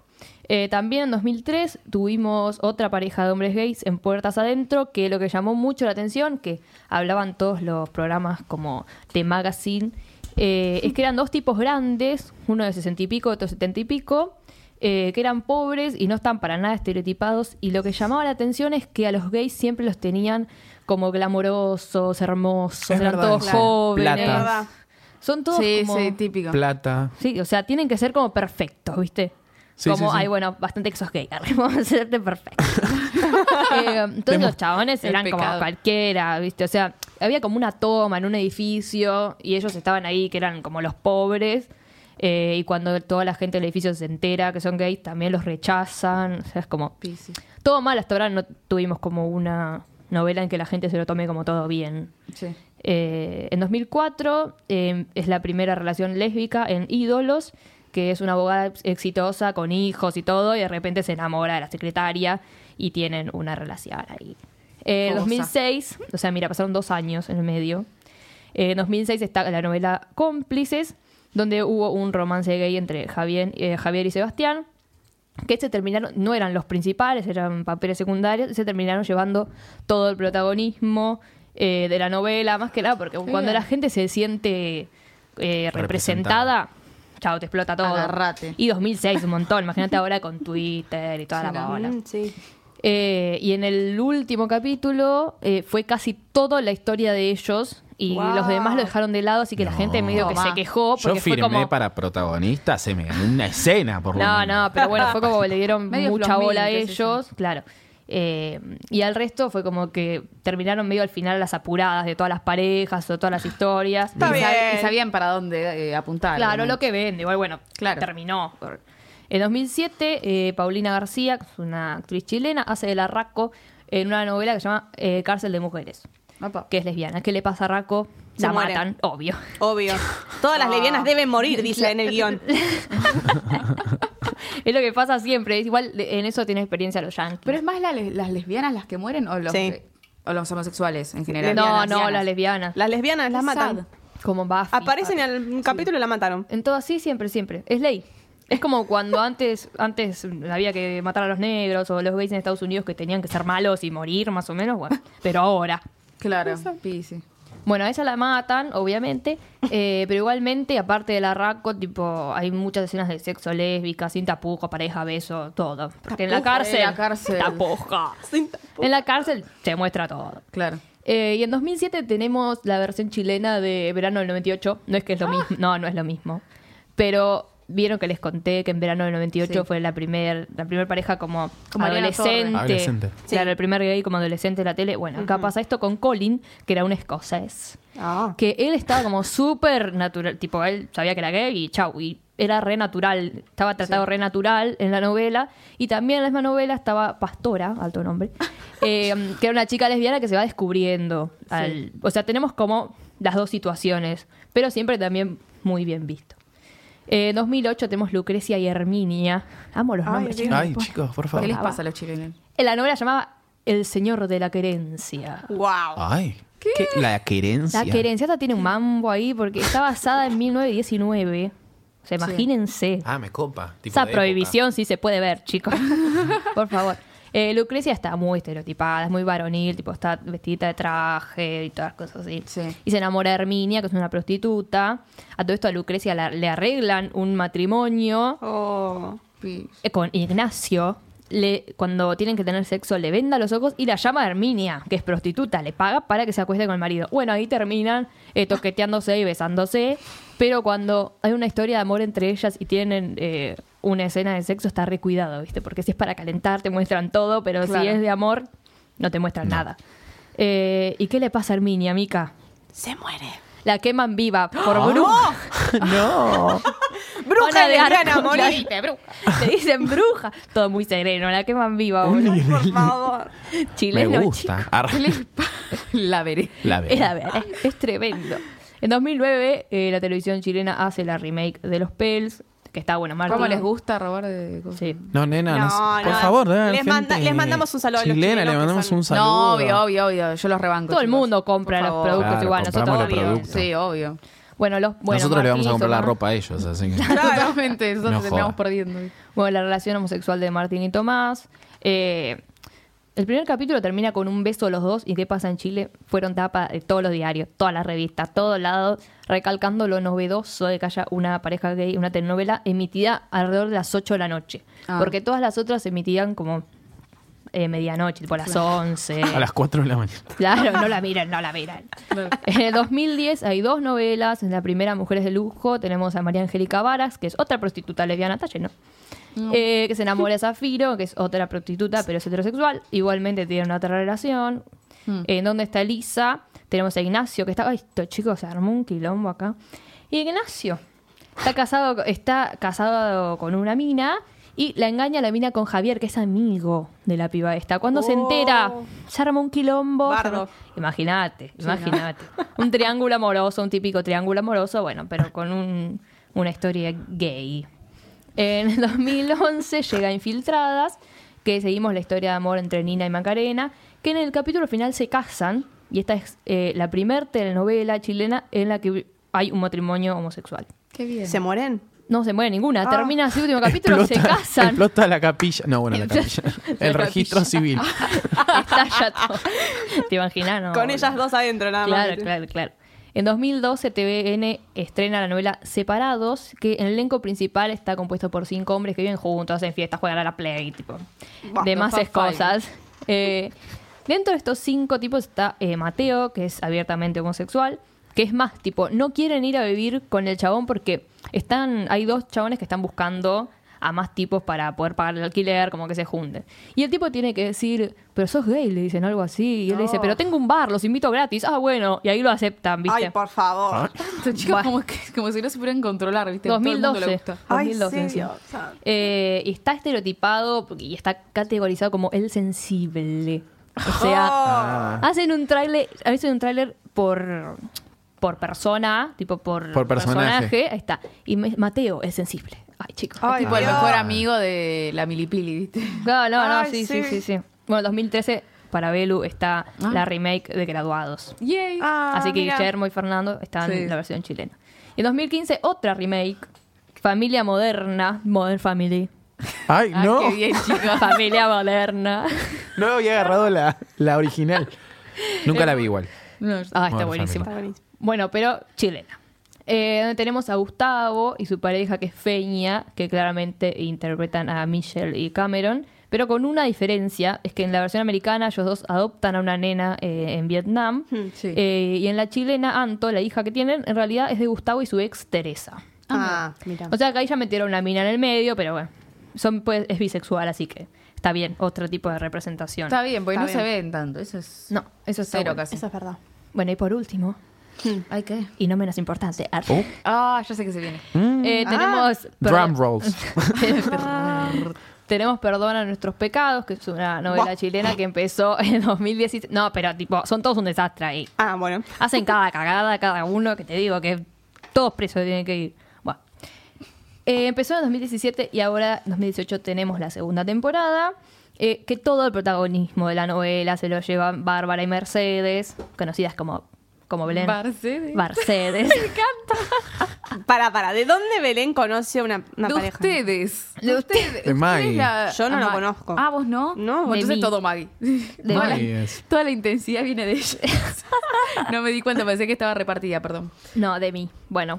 Speaker 4: Eh, también en 2003 tuvimos otra pareja de hombres gays en Puertas Adentro, que lo que llamó mucho la atención, que hablaban todos los programas como de Magazine, eh, es que eran dos tipos grandes, uno de 60 y pico, otro de 70 y pico, eh, que eran pobres y no están para nada estereotipados. Y lo que llamaba la atención es que a los gays siempre los tenían como glamorosos, hermosos,
Speaker 1: Es
Speaker 4: eran
Speaker 1: verdad,
Speaker 4: todos
Speaker 1: claro.
Speaker 4: jóvenes.
Speaker 1: Plata.
Speaker 2: Es verdad.
Speaker 4: Son todos
Speaker 3: Sí,
Speaker 4: como-
Speaker 3: sí, típico.
Speaker 1: Plata.
Speaker 4: Sí, o sea, tienen que ser como perfectos, ¿viste?
Speaker 1: Sí,
Speaker 4: como,
Speaker 1: sí, sí.
Speaker 4: ay, bueno, bastante que sos gay, arre, vamos a hacerte perfecto. Eh, entonces los chabones
Speaker 3: El
Speaker 4: eran como
Speaker 3: pecado.
Speaker 4: cualquiera, ¿viste? O sea, había como una toma en un edificio y ellos estaban ahí, que eran como los pobres. eh, y cuando toda la gente del edificio se entera que son gays, también los rechazan. O sea, es como.
Speaker 3: Piscis.
Speaker 4: Todo mal, hasta ahora no tuvimos como una novela en que la gente se lo tome como todo bien.
Speaker 3: Sí.
Speaker 4: Eh, en 2004 eh, es la primera relación lésbica en Ídolos, que es una abogada ex- exitosa con hijos y todo, y de repente se enamora de la secretaria y tienen una relación ahí. Eh, En
Speaker 3: Fogosa.
Speaker 4: 2006, o sea, mira, pasaron dos años en el medio. Eh, en 2006 está la novela Cómplices, donde hubo un romance gay entre Javier, eh, Javier y Sebastián que se terminaron, no eran los principales, eran papeles secundarios, se terminaron llevando todo el protagonismo eh, de la novela, más que nada, porque cuando la gente se siente eh, representada, chao, te explota todo.
Speaker 3: Agarrate.
Speaker 4: Y 2006, un montón, imagínate ahora con Twitter y toda
Speaker 3: Sí,
Speaker 4: la
Speaker 3: no.
Speaker 4: bola.
Speaker 2: Mm, sí.
Speaker 4: Eh, y en el último capítulo eh, fue casi toda la historia de ellos y
Speaker 2: Wow.
Speaker 4: los demás lo dejaron de lado, así que la
Speaker 1: No.
Speaker 4: gente medio que
Speaker 3: Toma.
Speaker 4: se quejó
Speaker 1: Yo
Speaker 4: porque
Speaker 1: firmé
Speaker 4: fue como...
Speaker 1: para protagonista, se me ganó una escena, por lo
Speaker 4: No,
Speaker 1: menos.
Speaker 4: no, pero bueno, fue como le dieron
Speaker 3: Medio
Speaker 4: mucha
Speaker 3: flojmil,
Speaker 4: bola a
Speaker 3: qué sé yo.
Speaker 4: ellos, claro. Eh, y al resto fue como que terminaron medio al final las apuradas de todas las parejas o todas las historias.
Speaker 2: Está
Speaker 3: y,
Speaker 2: bien.
Speaker 3: y sabían para dónde eh, apuntar.
Speaker 4: Claro,
Speaker 3: ¿no?
Speaker 4: lo que vende. Igual, bueno,
Speaker 3: Claro.
Speaker 4: terminó. En 2007, eh, Paulina García, que es una actriz chilena, hace de la Racco en una novela que se llama eh, Cárcel de Mujeres,
Speaker 3: Apa.
Speaker 4: que es lesbiana. ¿Qué le pasa a Racco?
Speaker 2: Se
Speaker 4: La
Speaker 2: muere.
Speaker 4: matan, obvio.
Speaker 2: Obvio. Todas
Speaker 3: Ah.
Speaker 2: las lesbianas deben morir, dice en el guión.
Speaker 4: es lo que pasa siempre. Es igual de- en eso tiene experiencia los yankees.
Speaker 3: Pero es más la le- las lesbianas las que mueren o los,
Speaker 2: Sí.
Speaker 3: o los homosexuales en general.
Speaker 4: no,
Speaker 2: lesbianas,
Speaker 4: no,
Speaker 3: Lesbianas.
Speaker 4: las lesbianas.
Speaker 2: Las lesbianas las
Speaker 3: Qué
Speaker 2: matan.
Speaker 3: sad.
Speaker 4: Como Buffy.
Speaker 2: Aparecen en el capítulo y la mataron.
Speaker 4: En todo así, siempre, siempre. Es ley. Es como cuando antes, antes había que matar a los negros o los gays en Estados Unidos que tenían que ser malos y morir, más o menos. Bueno, pero ahora.
Speaker 3: Claro, sí, sí.
Speaker 4: Bueno, a esa la matan, obviamente, eh, pero igualmente, aparte de la Racco, tipo, hay muchas escenas de sexo lésbica, sin tapujo, pareja, beso, todo. Porque en la
Speaker 3: Tapujo,
Speaker 4: cárcel.
Speaker 3: en la cárcel.
Speaker 4: Tapuja.
Speaker 2: Sin tapujo.
Speaker 4: En la cárcel se muestra todo.
Speaker 3: Claro.
Speaker 4: Eh, y en 2007 tenemos la versión chilena de verano del 98. No es que es lo
Speaker 3: Ah.
Speaker 4: mismo. No, no es lo mismo. Pero vieron que les conté que en verano del 98
Speaker 3: Sí.
Speaker 4: fue la primer, la primer pareja como,
Speaker 3: Como Ariana
Speaker 4: adolescente.
Speaker 1: Torres. Adolescente.
Speaker 4: Claro,
Speaker 2: Sí.
Speaker 4: el primer gay como adolescente en la tele. Bueno, acá pasa esto con Colin, que era un escocés.
Speaker 2: Ah.
Speaker 4: Que él estaba como súper natural. Tipo, él sabía que era gay y chau. Y era re natural. Estaba tratado re natural en la novela. Y también en la misma novela estaba Pastora, alto nombre. eh, que era una chica lesbiana que se va descubriendo. al- o sea, tenemos como las dos situaciones. Pero siempre también muy bien visto. Eh, en 2008 tenemos Lucrecia y Herminia. Amo los
Speaker 2: Ay,
Speaker 4: nombres.
Speaker 2: Dios.
Speaker 4: chicos.
Speaker 2: Ay,
Speaker 5: Ay, chicos, por
Speaker 3: ¿Qué
Speaker 5: favor.
Speaker 3: les
Speaker 4: Ah,
Speaker 3: pasa a los chilenos?
Speaker 4: En la novela llamaba El Señor de la Querencia.
Speaker 2: Wow.
Speaker 5: Ay. ¿Qué? La querencia.
Speaker 4: La querencia hasta tiene un mambo ahí porque está basada en 1919. O sea, imagínense.
Speaker 5: Ah, me copa. tipo
Speaker 4: Esa
Speaker 5: de época.
Speaker 4: prohibición sí se puede ver, chicos. Por favor. Eh, Lucrecia está muy estereotipada, es muy varonil, tipo está vestida de traje y todas las cosas así.
Speaker 3: Sí.
Speaker 4: Y se enamora de Herminia, que es una prostituta. A todo esto a Lucrecia la- le arreglan un matrimonio
Speaker 2: Oh.
Speaker 3: Sí.
Speaker 4: eh, con Ignacio. Le, cuando tienen que tener sexo, le venda los ojos y la llama a Herminia, que es prostituta, le paga para que se acueste con el marido. Bueno, ahí terminan eh, toqueteándose y besándose, pero cuando hay una historia de amor entre ellas y tienen eh, una escena de sexo, está recuidado, ¿viste? Porque si es para calentar, te muestran todo, pero
Speaker 3: Claro.
Speaker 4: si es de amor, no te muestran nada. Eh, ¿Y qué le pasa a Herminia, Mica?
Speaker 2: Se muere. Oh.
Speaker 4: La queman viva por bruja.
Speaker 2: ¡Ah! Bruja
Speaker 4: Ana de
Speaker 2: lesbiana a
Speaker 4: Arco, la
Speaker 2: morir.
Speaker 4: viste, bruja. Te dicen bruja. Todo muy sereno, la queman viva, boludo.
Speaker 2: Por favor.
Speaker 5: Me
Speaker 4: Chileno,
Speaker 5: gusta.
Speaker 4: chico.
Speaker 5: Arre.
Speaker 3: ¿Qué les pasa? La veré.
Speaker 5: La
Speaker 4: Es, la
Speaker 5: veré.
Speaker 4: verdad, es tremendo. En 2009, eh, la televisión chilena hace la remake de Los Pels, que está bueno. Martín.
Speaker 3: ¿Cómo les gusta robar de cosas?
Speaker 4: Sí.
Speaker 5: No, nena, no,
Speaker 2: No,
Speaker 5: sé. por
Speaker 2: no.
Speaker 5: favor, dale,
Speaker 2: Les
Speaker 5: gente
Speaker 2: manda- les mandamos un saludo a los
Speaker 5: Chilena,
Speaker 2: chilenos
Speaker 5: le
Speaker 2: que
Speaker 5: mandamos
Speaker 2: son-
Speaker 5: un saludo.
Speaker 3: No, obvio, obvio, obvio. Yo los rebanco.
Speaker 4: Todo el
Speaker 3: chicos.
Speaker 4: mundo
Speaker 3: Por
Speaker 4: compra los
Speaker 3: favor.
Speaker 4: productos
Speaker 5: Claro,
Speaker 4: igual. Nosotros,
Speaker 5: compramos los
Speaker 4: obvio.
Speaker 5: productos.
Speaker 3: Sí, obvio.
Speaker 4: Bueno, los, bueno,
Speaker 5: Nosotros le vamos a
Speaker 4: Martín,
Speaker 5: comprar la
Speaker 4: Tomás.
Speaker 5: ropa a ellos, así que.
Speaker 3: Totalmente, nosotros
Speaker 5: No
Speaker 3: terminamos
Speaker 5: joda.
Speaker 3: perdiendo.
Speaker 4: Bueno, la relación homosexual de Martín y Tomás. Eh, el primer capítulo termina con un beso de los dos y qué pasa en Chile. Fueron tapa de todos los diarios, todas las revistas, todos lados, recalcando lo novedoso de que haya una pareja gay, una telenovela emitida alrededor de las 8 de la noche.
Speaker 3: Ah.
Speaker 4: Porque todas las otras se emitían como eh, medianoche, tipo a las 11.
Speaker 5: A las 4 de la mañana.
Speaker 4: Claro, no la miran, no la miran.
Speaker 3: Claro.
Speaker 4: En el 2010 hay dos novelas. En la primera, Mujeres de Lujo, tenemos a María Angélica Varas, que es otra prostituta lesbiana, está lleno. Eh, que se enamora de Zafiro, que es otra prostituta, pero es heterosexual. Igualmente tienen otra relación.
Speaker 3: Mm.
Speaker 4: En donde está Elisa, tenemos a Ignacio, que está. Ay, estos chicos se armó un quilombo acá. Y Ignacio está casado, está casado con una mina. Y la engaña la mina con Javier, que es amigo de la piba esta. Cuando se
Speaker 2: Oh.
Speaker 4: entera, se arma un quilombo. se
Speaker 2: Bardo.
Speaker 4: arma- Imagínate, imagínate. Un triángulo amoroso, un típico triángulo amoroso, bueno, pero con un- una historia gay. En el 2011 llega Infiltradas, que seguimos la historia de amor entre Nina y Macarena, que en el capítulo final se casan, y esta es eh, la primer telenovela chilena en la que hay un matrimonio homosexual.
Speaker 3: Qué bien.
Speaker 2: ¿Se mueren?
Speaker 4: No se muere ninguna,
Speaker 2: Ah.
Speaker 4: termina así el último capítulo, se casan,
Speaker 5: Explota la capilla. No, bueno, la capilla. El registro civil.
Speaker 4: estalla todo. ¿Te imaginas? No,
Speaker 2: Con
Speaker 4: boludo.
Speaker 2: ellas dos adentro, nada más.
Speaker 4: Claro, claro, claro. En 2012 TVN estrena la novela Separados, que el elenco principal está compuesto por cinco hombres que viven juntos, hacen fiestas, juegan a la play, tipo,
Speaker 2: Bah,
Speaker 4: demás
Speaker 3: los Fab Five.
Speaker 4: cosas. Eh, dentro de estos cinco tipos está eh, Mateo, que es abiertamente homosexual, que es más, tipo, no quieren ir a vivir con el chabón porque están, hay dos chabones que están buscando a más tipos para poder pagar el alquiler, como que se junten. Y el tipo tiene que decir, pero sos gay, le dicen algo así. Y él le dice,
Speaker 2: Oh.
Speaker 4: pero tengo un bar, los invito gratis. Ah, bueno. Y ahí lo aceptan, ¿viste?
Speaker 2: Ay, por favor.
Speaker 3: Estos chicos como, que- como si no se pudieran controlar, ¿viste? Todo el mundo le
Speaker 4: 2012.
Speaker 3: gusta.
Speaker 2: Ay,
Speaker 4: 2012
Speaker 2: sí,
Speaker 4: encima.
Speaker 2: Dios santo.
Speaker 4: Eh, y está estereotipado y está categorizado como el sensible. O
Speaker 3: Ah.
Speaker 4: sea,
Speaker 1: Ah.
Speaker 4: hacen un tráiler, hacen un tráiler por por persona, tipo por,
Speaker 5: Por personaje.
Speaker 4: Ahí está. Y me- Mateo es sensible. Ay, chicos.
Speaker 2: Ay,
Speaker 3: Tipo el
Speaker 2: Dios.
Speaker 3: mejor amigo de la milipili, ¿viste?
Speaker 4: No, no, no,
Speaker 2: Ay,
Speaker 4: sí,
Speaker 2: sí.
Speaker 4: sí, sí, sí. Bueno, 2013 para Belu está
Speaker 3: Ah.
Speaker 4: la remake de Graduados.
Speaker 3: ¡Yay!
Speaker 2: Ah,
Speaker 4: Así que
Speaker 2: mira.
Speaker 4: Guillermo y Fernando están
Speaker 3: Sí.
Speaker 4: en la versión chilena. Y en 2015 otra remake, Familia Moderna, Modern Family.
Speaker 5: Ay,
Speaker 3: Ah,
Speaker 5: no.
Speaker 3: ¡Qué bien, chicos!
Speaker 4: Familia Moderna.
Speaker 5: No había agarrado la, la original. Nunca la vi igual.
Speaker 3: No,
Speaker 4: Ah, está
Speaker 5: Modern
Speaker 4: buenísima.
Speaker 2: Está buenísimo.
Speaker 4: Bueno, pero chilena. Eh, donde tenemos a Gustavo y su pareja que es Feña, que claramente interpretan a Michelle y Cameron, pero con una diferencia, es que en la versión americana ellos dos adoptan a una nena eh, en Vietnam,
Speaker 2: Hmm,
Speaker 3: Mm, sí.
Speaker 4: Eh, y en la chilena Anto, la hija que tienen, en realidad es de Gustavo y su ex Teresa.
Speaker 2: Ah, mira.
Speaker 4: O sea que ahí ya metieron una mina en el medio, pero bueno, son, pues, es bisexual, así que está bien, otro tipo de representación.
Speaker 3: Está bien, porque
Speaker 2: Está bien.
Speaker 3: no se ven tanto. Eso es.
Speaker 4: No, eso es
Speaker 3: Cero
Speaker 4: bueno.
Speaker 3: casi.
Speaker 2: Eso es verdad.
Speaker 4: Bueno, y por último,
Speaker 3: Ay, ¿qué?
Speaker 4: y no menos importante, ar-
Speaker 5: Oh.
Speaker 3: Ah, ya sé que se viene.
Speaker 4: Eh, tenemos
Speaker 5: Drum
Speaker 4: perdón-
Speaker 5: rolls.
Speaker 4: tenemos Perdón a nuestros pecados, que es una novela
Speaker 2: Buah.
Speaker 4: chilena que empezó en 2016. No, pero tipo, son todos un desastre ahí.
Speaker 2: Ah, bueno.
Speaker 4: Hacen cada cagada cada uno, que te digo que todos presos tienen que ir. Bueno. Eh, empezó en 2017 y ahora 2018 tenemos la segunda temporada. eh, que todo el protagonismo de la novela se lo llevan Bárbara y Mercedes, conocidas como, como Belén.
Speaker 3: Mercedes.
Speaker 4: Mercedes.
Speaker 2: Para, para. ¿De dónde Belén conoce una, una
Speaker 3: de
Speaker 2: pareja?
Speaker 3: ustedes.
Speaker 4: De
Speaker 3: ustedes.
Speaker 5: De Maggie.
Speaker 3: la-
Speaker 2: Yo no
Speaker 3: Ah,
Speaker 2: lo
Speaker 3: Ma-
Speaker 2: conozco.
Speaker 3: Ah, vos no.
Speaker 2: No.
Speaker 3: Bueno,
Speaker 4: De
Speaker 3: entonces
Speaker 4: mí.
Speaker 3: todo Maggie.
Speaker 4: De
Speaker 3: toda,
Speaker 5: mí.
Speaker 3: la,
Speaker 5: Yes.
Speaker 3: toda la intensidad viene de ellos. no me di cuenta, pensé que estaba repartida, perdón.
Speaker 4: No, de mí. Bueno.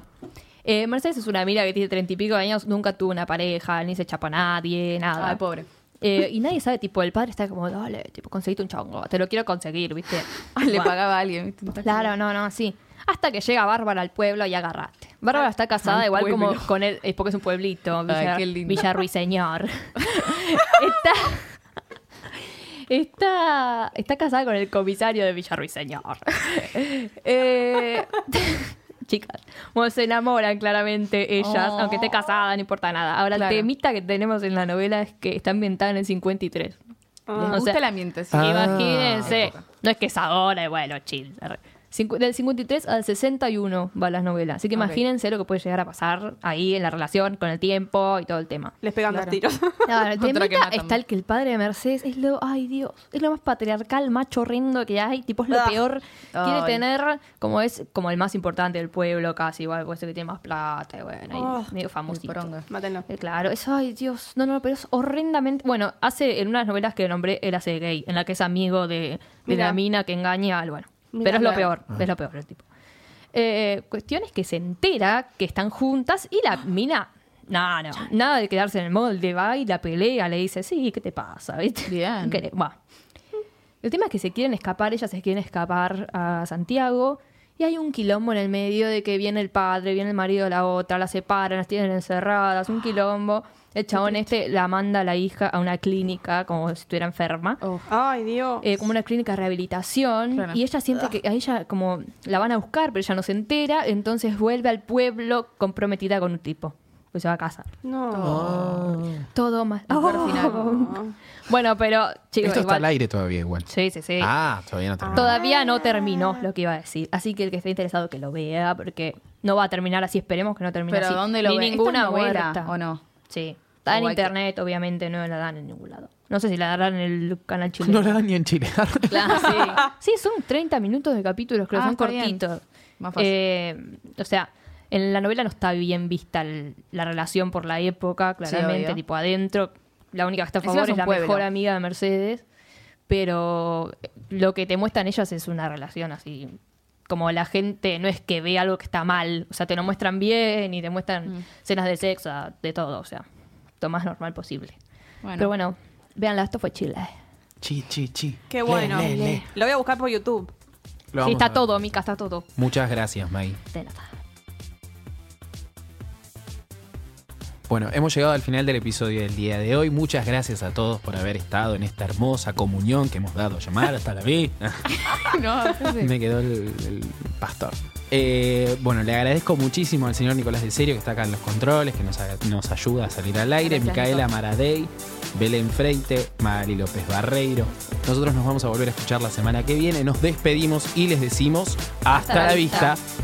Speaker 4: Eh, Mercedes es una mira que tiene treinta y pico de años, nunca tuvo una pareja, ni se chapa a nadie, nada.
Speaker 3: Ay, pobre.
Speaker 4: Eh, y nadie sabe, tipo, el padre está como, dale, tipo, conseguiste un chongo, te lo quiero conseguir, ¿viste?
Speaker 3: Ah, Le
Speaker 4: Bueno.
Speaker 3: pagaba a alguien. ¿viste?
Speaker 4: Claro, no, no, sí. Hasta que llega Bárbara al pueblo y agarraste. Bárbara está casada
Speaker 3: Al
Speaker 4: igual
Speaker 3: pueblo.
Speaker 4: como con él, es porque es un pueblito, Villa,
Speaker 3: qué lindo.
Speaker 4: Villa Ruiseñor. está, está, está casada con el comisario de Villa Ruiseñor. Eh, chicas, bueno, se enamoran claramente ellas,
Speaker 3: Oh.
Speaker 4: aunque esté casada, no importa nada. Ahora,
Speaker 3: Claro.
Speaker 4: el temita que tenemos en la novela es que está ambientada en el 53.
Speaker 2: Ah.
Speaker 3: Les
Speaker 4: O
Speaker 3: gusta
Speaker 4: sea,
Speaker 3: el ambiente. sí.
Speaker 5: Ah.
Speaker 4: Imagínense. No es que es ahora, y bueno, chill. Cincu- Del 53 al 61 va las novelas. Así que
Speaker 3: Ok.
Speaker 4: imagínense lo que puede llegar a pasar ahí en la relación, con el tiempo y todo el tema.
Speaker 2: Les pegan
Speaker 3: Claro.
Speaker 2: dos tiros.
Speaker 4: Claro, el
Speaker 3: Otra
Speaker 4: temita
Speaker 3: que matan.
Speaker 4: está el que el padre de Mercedes es lo, ay Dios, es lo más patriarcal, macho horrendo que hay, tipo es lo
Speaker 2: Ah.
Speaker 4: peor. Quiere
Speaker 3: Ay.
Speaker 4: tener, como es, como el más importante del pueblo casi, igual, puede ser que tiene más plata, y bueno, y
Speaker 2: Oh,
Speaker 4: medio
Speaker 3: El
Speaker 4: famosito.
Speaker 3: poronga.
Speaker 2: Mátenlo.
Speaker 4: Eh, Claro, eso, ay Dios, no, no, pero es horrendamente. Bueno, hace en unas novelas que nombré, él hace gay, en la que es amigo de, de
Speaker 2: Mirá.
Speaker 4: la mina que engaña al bueno.
Speaker 2: Mirá,
Speaker 4: pero es lo
Speaker 2: claro.
Speaker 4: peor, es lo peor el tipo. Eh, cuestión es que se entera que están juntas y la mina, no, no, nada de quedarse en el molde, va y la pelea, le dice, sí, ¿qué te pasa? ¿Viste?
Speaker 3: Bien.
Speaker 4: Que le- Buah. El tema es que se quieren escapar, ellas se quieren escapar a Santiago y hay un quilombo en el medio de que viene el padre, viene el marido de la otra, la separan, las tienen encerradas, un quilombo. El chabón este la manda a la hija a una clínica como si estuviera enferma.
Speaker 3: Oh.
Speaker 2: Ay, Dios.
Speaker 4: eh, como una clínica de rehabilitación
Speaker 3: Claro.
Speaker 4: y ella siente que a ella como la van a buscar pero ella no se entera entonces vuelve al pueblo comprometida con un tipo pues se va a casar
Speaker 2: No.
Speaker 4: todo mal
Speaker 3: Peor final.
Speaker 4: bueno pero chicos
Speaker 5: Esto está
Speaker 4: igual-
Speaker 5: al aire todavía igual.
Speaker 4: sí sí sí
Speaker 5: Ah, todavía no terminó.
Speaker 4: Todavía no terminó lo que iba a decir. Así que el que esté interesado que lo vea, porque no va a terminar así. Esperemos que no termine
Speaker 3: Pero
Speaker 4: así.
Speaker 3: ¿dónde lo
Speaker 4: Ni
Speaker 3: ve? ¿Esto
Speaker 4: ninguna
Speaker 3: es novela
Speaker 4: muerta.
Speaker 3: o no?
Speaker 4: Sí. Está en
Speaker 3: O hay que-
Speaker 4: internet, obviamente, no la dan en ningún lado. No sé si la darán en el canal chileno.
Speaker 5: No la dan ni en Chile.
Speaker 4: Claro, sí. Sí, son 30 minutos de capítulos, creo,
Speaker 3: Ah,
Speaker 4: son
Speaker 3: está bien.
Speaker 4: cortitos.
Speaker 3: Más fácil.
Speaker 4: Eh, o sea, en la novela no está bien vista el- la relación por la época, claramente,
Speaker 3: obvio.
Speaker 4: tipo adentro. La única que está a
Speaker 3: Encima
Speaker 4: favor
Speaker 3: es
Speaker 4: es,
Speaker 3: un
Speaker 4: la
Speaker 3: pueblo.
Speaker 4: mejor amiga de Mercedes, pero eh, lo que te muestran ellas es una relación así. Como la gente no es que ve algo que está mal, o sea, te lo muestran bien y te muestran
Speaker 3: Mm.
Speaker 4: cenas de sexo, de todo, o sea, lo más normal posible.
Speaker 3: Bueno.
Speaker 4: Pero bueno, véanla, esto fue Chile.
Speaker 5: Chi, chi, chi.
Speaker 2: Qué bueno.
Speaker 5: Le, le, le.
Speaker 2: Lo voy a buscar por YouTube.
Speaker 5: Lo
Speaker 4: Sí,
Speaker 5: vamos a
Speaker 4: está
Speaker 5: ver.
Speaker 4: todo, Mica, está todo.
Speaker 5: Muchas gracias, Maggie.
Speaker 4: De nada.
Speaker 1: Bueno, hemos llegado al final del episodio del día de hoy. Muchas gracias a todos por haber estado en esta hermosa comunión que hemos dado a llamar hasta la vi.
Speaker 3: No,
Speaker 1: Me quedó el, el pastor. Eh, bueno, le agradezco muchísimo al señor Nicolás de Serio que está acá en los controles, que nos, a- nos ayuda a salir al aire.
Speaker 3: Gracias,
Speaker 1: Micaela
Speaker 3: Nico.
Speaker 1: Maradei, Belén Freite, Mari López Barreiro. Nosotros nos vamos a volver a escuchar la semana que viene. Nos despedimos y les decimos hasta,
Speaker 4: la
Speaker 1: la vista.
Speaker 4: vista.